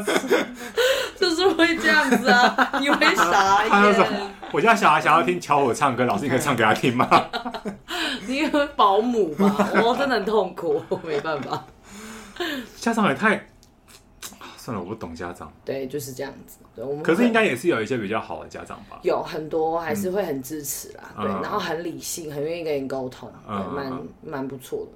S3: 就是会这样子啊，你会 傻
S2: 他就说
S3: 眼，
S2: 我家小孩想要听乔我唱歌，老师你可以唱给他听吗？
S3: 你会保姆吧？ 我真的很痛苦，我没办法。
S2: 家长也太算了，我不懂家长，
S3: 对，就是这样子。对，我们
S2: 可是应
S3: 该
S2: 该也是有一些比较好的家长吧？
S3: 有很多还是会很支持啦，
S2: 嗯
S3: 对
S2: 嗯，
S3: 然后很理性，很愿意跟你沟通，对
S2: 嗯嗯
S3: 蛮
S2: 嗯
S3: 蛮不错的。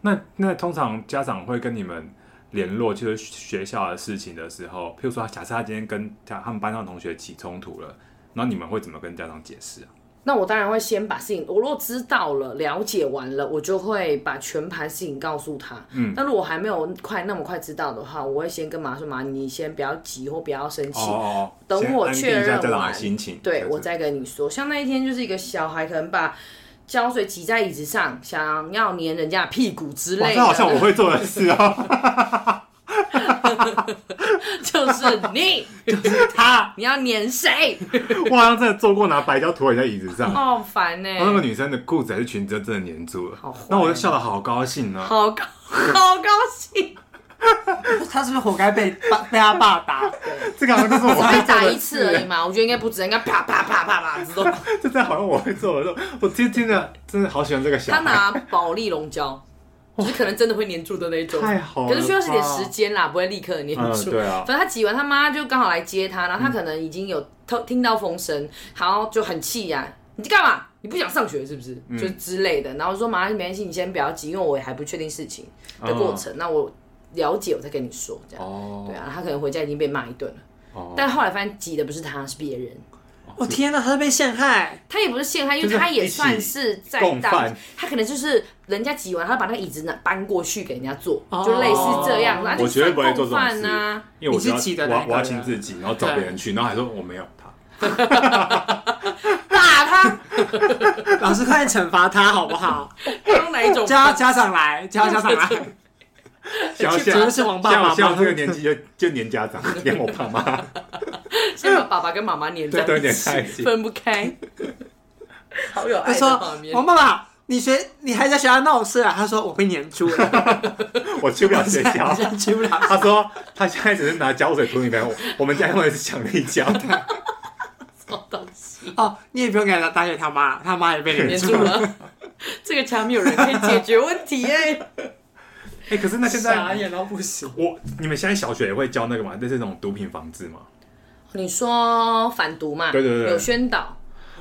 S2: 那那通常家长会跟你们联络，就是学校的事情的时候，譬如说，假设他今天跟他他们班上同学起冲突了，然后你们会怎么跟家长解释啊？
S3: 那我当然会先把事情，我如果知道了、了解完了，我就会把全盘事情告诉他。
S2: 嗯
S3: 但如果还没有快那么快知道的话，我会先跟妈说：“妈，你先不要急或不要生气，
S2: 哦哦，
S3: 等
S2: 先
S3: 我
S2: 安定
S3: 确
S2: 一下
S3: 认
S2: 家长的
S3: 完
S2: 心情，
S3: 对
S2: 就是
S3: 我再跟你说。”像那一天就是一个小孩可能把胶水挤在椅子上，想要粘人家的屁股之
S2: 哇，
S3: 类
S2: 这好像
S3: 的，
S2: 我会做的事 哦。
S3: 就是你，
S2: 他，
S3: 你要粘谁？
S2: 我好像真的做过拿白胶涂在人家椅子上，然
S3: 好烦欸呢、
S2: 后 那个女生的裤子还是裙子真的粘住了
S3: 好坏，哦
S2: 那我就笑得好高兴哦呢。
S3: 好高，好高兴。
S1: 他是不是活该被爸被他爸 打？
S2: 这个好像就是我
S3: 我
S2: 会
S3: 被
S2: 做
S3: 打
S2: 的
S3: 一
S2: 事
S3: 次而已嘛，我觉得应该不止，应该啪啪啪啪啪，这种。
S2: 这真的好像我会做的，我听听着真的好喜欢这个小
S3: 他
S2: 孩，
S3: 拿保利龙胶，就是可能真的会粘住的那种。
S2: 太好了吧，
S3: 可是需要是点时间啦，不会立刻粘
S2: 嗯
S3: 住。
S2: 对啊嗯
S3: 反正他挤完，他妈就刚好来接他，然后他可能已经有偷听到风声，然后就很气呀、你在干嘛？你不想上学是不是？
S2: 嗯
S3: 就之类的。然后说马上没关系，你先不要急，因为我也还不确定事情的过程。那我了解，我再跟你说这样。
S2: 哦
S3: 对啊，他可能回家已经被骂一顿了。
S2: 哦
S3: 但后来发现挤的不是他，是别人。
S1: 我哦天哪，他是被陷害！
S3: 他也不是陷害，因
S2: 就
S3: 为
S2: 是
S3: 他也
S2: 一起
S3: 算是在
S2: 共
S3: 当
S2: 犯，
S3: 他可能就是人家挤完，他把那个椅子拿搬过去给人家坐，
S1: 哦
S3: 就类似这样，那就
S2: 我绝对
S3: 算
S2: 不会做
S3: 共
S2: 这种
S3: 犯
S2: 事
S3: 呐。，
S2: 因为我
S1: 你是
S2: 知道
S1: 记得
S2: 我
S1: 那
S2: 要
S1: 个
S2: 我要
S1: 人啊
S2: 亲自己，然后找别人去，然后还说我没有他，
S3: 打他，
S1: 老师快点惩罚他好不好？
S3: 用哪一种？
S1: 叫他家长来，叫他家长 来。
S2: 想要
S1: 主要是王爸爸
S2: 像
S1: 吗
S2: 像我这个年纪就就黏家长，黏我爸 妈，
S3: 先把爸爸跟妈妈粘在
S2: 对对
S3: 一
S2: 黏
S3: 起，
S2: 在一起。
S3: 分不开。好有
S1: 他
S3: 爱的画
S1: 说：“
S3: 面
S1: 王。爸爸，你学你还在学校闹事啊？”他说：“我被粘住 了，
S2: 我去不了学 校
S1: 我。现在去不了。
S2: 他说他现在只是拿胶水涂你们，我我们家用的是强力胶。
S3: 什么东西”
S1: 哦，你也不用给他打给他妈，他妈也被
S3: 粘
S1: 粘
S3: 住
S1: 住了。
S3: 了，这个家没有人可以解决问题耶。
S2: 哎，可是那现
S1: 傻
S2: 在
S1: 眼到不行。
S2: 我你们现在小学也会教那个嘛，就是那种毒品防治嘛。
S3: 你说反毒嘛？
S2: 对对对
S3: 有宣导。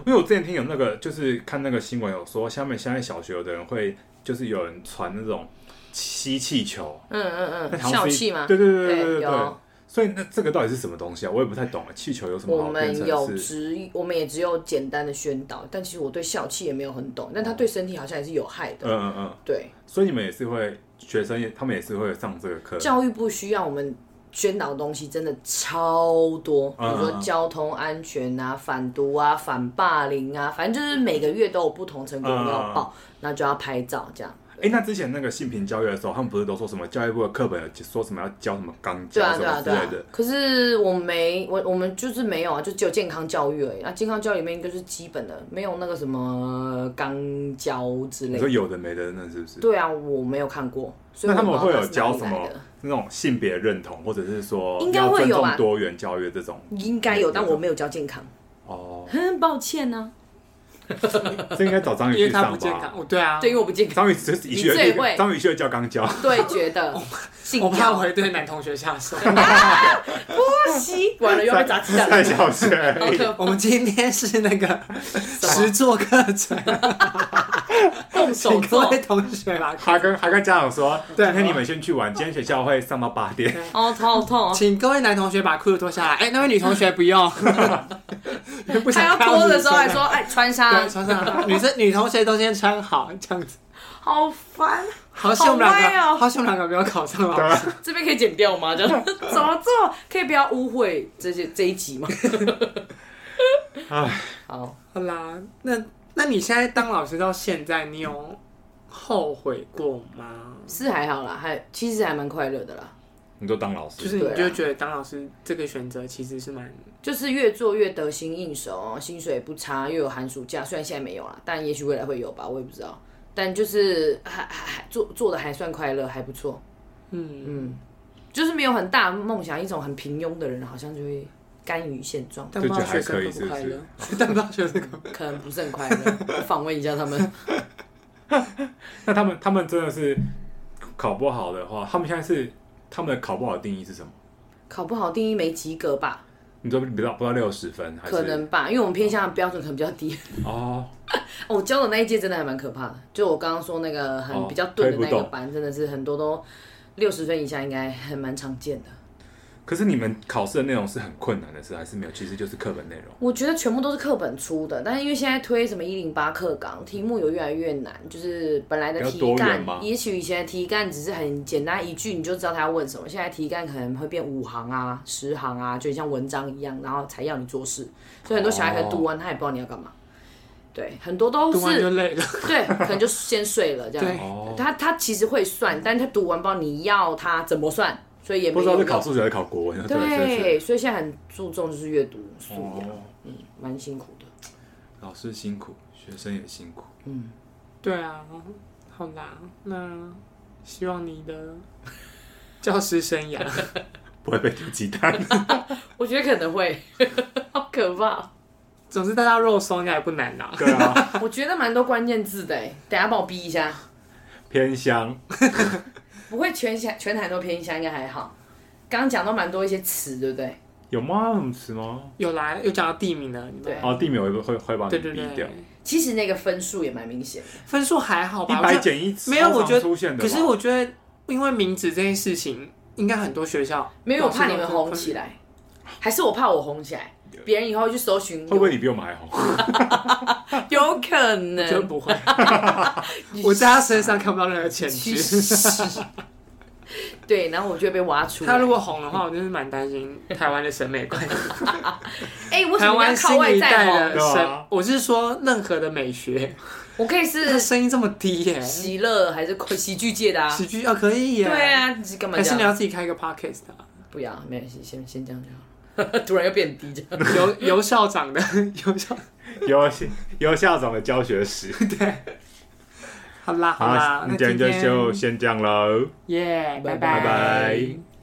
S2: 因为我之前听有那个，就是看那个新闻有说，下面现在小学有的人会，就是有人传那种吸气球，
S3: 嗯嗯
S2: 那
S3: 嗯，
S2: 好像
S3: 笑
S2: 是一
S3: 气嘛。
S2: 对对对对
S3: 对
S2: 对对对
S3: 有。
S2: 所以那这个到底是什么东西啊？我也不太懂哎，气球有什么
S3: 我
S2: 好变
S3: 们有
S2: 成是？
S3: 只，我们也只有简单的宣导，但其实我对笑气也没有很懂，但它对身体好像也是有害的。
S2: 嗯嗯嗯，
S3: 对，
S2: 所以你们也是会学生也他们也是会上这个课，
S3: 教育部需要我们宣导的东西真的超多，比
S2: 嗯
S3: 如说交通安全啊、反毒啊、反霸凌啊，反正就是每个月都有不同成果要
S2: 嗯
S3: 报，那就要拍照这样。
S2: 哎、那之前那个性平教育的时候，他们不是都说什么教育部的课本有说什么要教什么钢
S3: 对
S2: 教
S3: 啊，
S2: 什
S3: 对
S2: 么
S3: 啊，
S2: 之
S3: 对啊
S2: 类的？。
S3: 可是我没，我我们就是没有啊，就只有健康教育而已。那健康教育里面就是基本的，没有那个什么钢胶之类
S2: 你
S3: 的
S2: 说。有的没的，那是不是？
S3: 对啊，我没有看过，所以
S2: 那他
S3: 我
S2: 们
S3: 不
S2: 会
S3: 知道
S2: 有
S3: 它是
S2: 教
S3: 哪
S2: 什
S3: 里来
S2: 么
S3: 的？
S2: 那种性别认同，或者是说
S3: 应该
S2: 要
S3: 会
S2: 尊
S3: 有
S2: 重
S3: 吧
S2: 多元教育这种？
S3: 应该有，但我没有教健康，
S2: 哦，
S3: 很抱歉啊呢、
S2: 这应该找张宇
S1: 因为
S2: 去
S1: 他不
S2: 上
S1: 健康，
S2: 吧
S1: 哦，。对啊，
S3: 对，因为我不健康，
S2: 张宇只是一学
S3: 你最会
S2: 张宇学教钢教，
S3: 对，觉得
S1: 我
S3: 性
S1: 怕我
S3: 交
S1: 会对男同学下手。
S3: 不行，完了 又要被砸鸡 蛋
S2: 在
S3: 了，
S2: 小学
S3: 好可
S1: 我们今天是那个实作课程，
S3: 怕，动手
S1: 请各
S3: 做
S1: 位。同学来，
S2: 还跟还跟家长说，
S1: 对
S2: 今天你们先去玩，今天学校会上到八点。
S3: 哦，头好痛哦！
S1: 请各位男同学把裤子脱下来。哎，那位女同学不 用，不
S3: 他
S1: 想
S3: 要
S1: 看到
S3: 脱的
S1: 女
S3: 时候还
S1: 生
S3: 说：“哎，穿
S1: 对，
S3: 上，
S1: 穿上了。女生女同学都先穿好，这样子。
S3: 好烦。
S1: 好险我们
S3: 好
S1: 两
S3: 歪
S1: 个，
S3: 哦
S1: 好险我们两个没有考上老师。”
S3: 这边可以剪掉吗？ 这样怎么做？可以不要误会这些这一集吗？
S2: 唉，
S3: 好，
S1: 好啦，那那你现在当老师到现在，你有后悔过吗？
S3: 是还好啦，还其实还蛮快乐的啦。
S2: 你就当老师，
S1: 就是你
S3: 对啊
S1: 就觉得当老师这个选择其实是蛮
S3: 就是越做越得心应手，哦薪水也不差，又有寒暑假，虽然现在没有啦，但也许未来会有吧，我也不知道。但就是还还还做做的还算快乐，还不错。嗯嗯，就是没有很大的梦想，一种很平庸的人好像就会甘于现状，
S1: 但不知道学生
S2: 就觉得
S1: 快
S2: 还可以是不
S1: 不
S2: 是
S1: 快乐， 但不知道学生快
S3: 可能不是很快乐。我访问一下他们，
S2: 那他们他们真的是考不好的话，他们现在是他们的考不好的定义是什么？
S3: 考不好定义没及格吧？
S2: 你知道不到不到六十分还是？
S3: 可能吧，因为我们偏向的标准可能比较低。
S2: 哦，
S3: 哦，我教的那一届真的还蛮可怕的，就我刚刚说那个
S2: 哦
S3: 很比较钝的那
S2: 推不
S3: 个
S2: 动
S3: 班，真的是很多都六十分以下，应该还蛮常见的。
S2: 可是你们考试的内容是很困难的事，还是没有？其实就是课本内容。
S3: 我觉得全部都是课本出的，但是因为现在推什么一零八课纲，题目有越来越难，就是本来的
S2: 比较
S3: 题
S2: 多元
S3: 干
S2: 吗，
S3: 也许以前的题干只是很简单一句你就知道他要问什么，现在题干可能会变五行啊、十行啊，就很像文章一样，然后才要你做事，所以很多小孩可能读
S2: 哦
S3: 完他也不知道你要干嘛。对，很多
S1: 乐，
S3: 都
S1: 读完就是累了。
S3: 对，可能就先睡了这样。
S1: 对
S2: 哦，
S3: 他他其实会算，但他读完不知道你要他怎么算，所以也
S2: 不
S3: 没
S2: 知道
S3: 有
S2: 是
S3: 用
S2: 考数学还是考国文，真的是
S3: 对，所以现在很注重就是阅读素养，
S2: 哦，
S3: 嗯，蛮辛苦的。
S2: 老师辛苦，学生也辛苦。
S1: 对啊，好啦，那希望你的教师生涯
S2: 不会被丢鸡蛋，
S3: 我觉得可能 会，好可怕。
S1: 总之大家肉松应该也不难啦。
S2: 对啊，
S3: 我觉得蛮多关键字的欸，等下帮我逼一下。
S2: 偏乡
S3: 不会全台全台都偏向，应该还好。刚刚讲到蛮多一些词，对不对？
S2: 有吗？什么词吗？
S1: 有啦，又讲到地名了，你们
S3: 对
S2: 哦，地名我会会会帮你
S1: 对对
S2: 逼掉
S1: 对，，
S3: 其实那个分数也蛮明显的，
S1: 分数还好吧？
S2: 一
S1: 我觉
S2: 百
S1: 得
S2: 减一，
S1: 没有，我觉
S2: 超常出现
S1: 得，
S2: 的吧。
S1: 可是我觉得，因为名字这件事情，应该很多学校
S3: 没有我怕你们
S1: 老师都
S3: 红起来，还是我怕我红起来，别人以后去搜寻我，
S2: 会不会你比我们还红？
S3: 有可
S1: 我觉得
S3: 能？
S1: 不会，我在他身上看不到任何潜
S3: 其
S1: 质。
S3: 实 对，然后我就会被挖出 来。
S1: 他如果红的话，我真是蛮担心台湾的审美 观，
S3: 哎、为什
S1: 台
S3: 么你
S1: 湾
S3: 要靠
S1: 新
S3: 外
S1: 一
S3: 在
S1: 代
S3: 红？
S1: 的
S2: 对啊
S1: 审，我是说任何的美学，
S3: 我可以
S1: 他
S3: 是
S1: 声音这么低耶，
S3: 喜乐啊还是喜剧界的啊？
S1: 喜剧啊可以耶，
S3: 对，啊，你是干嘛
S1: 还
S3: 这
S1: 是
S3: 样
S1: 你？要自己开一个 podcast 啊？
S3: 不要，没关系，先先这样就好。 突然又变低这样，
S1: 尤尤校长的 尤校，
S2: 有有校长的教学史。
S1: 好啦
S2: 好
S1: 啦，
S2: 那
S1: 那
S2: 今天
S1: 今
S2: 就
S1: 天
S2: 先这样喽。
S1: 耶，
S3: 拜
S1: 拜
S2: 拜拜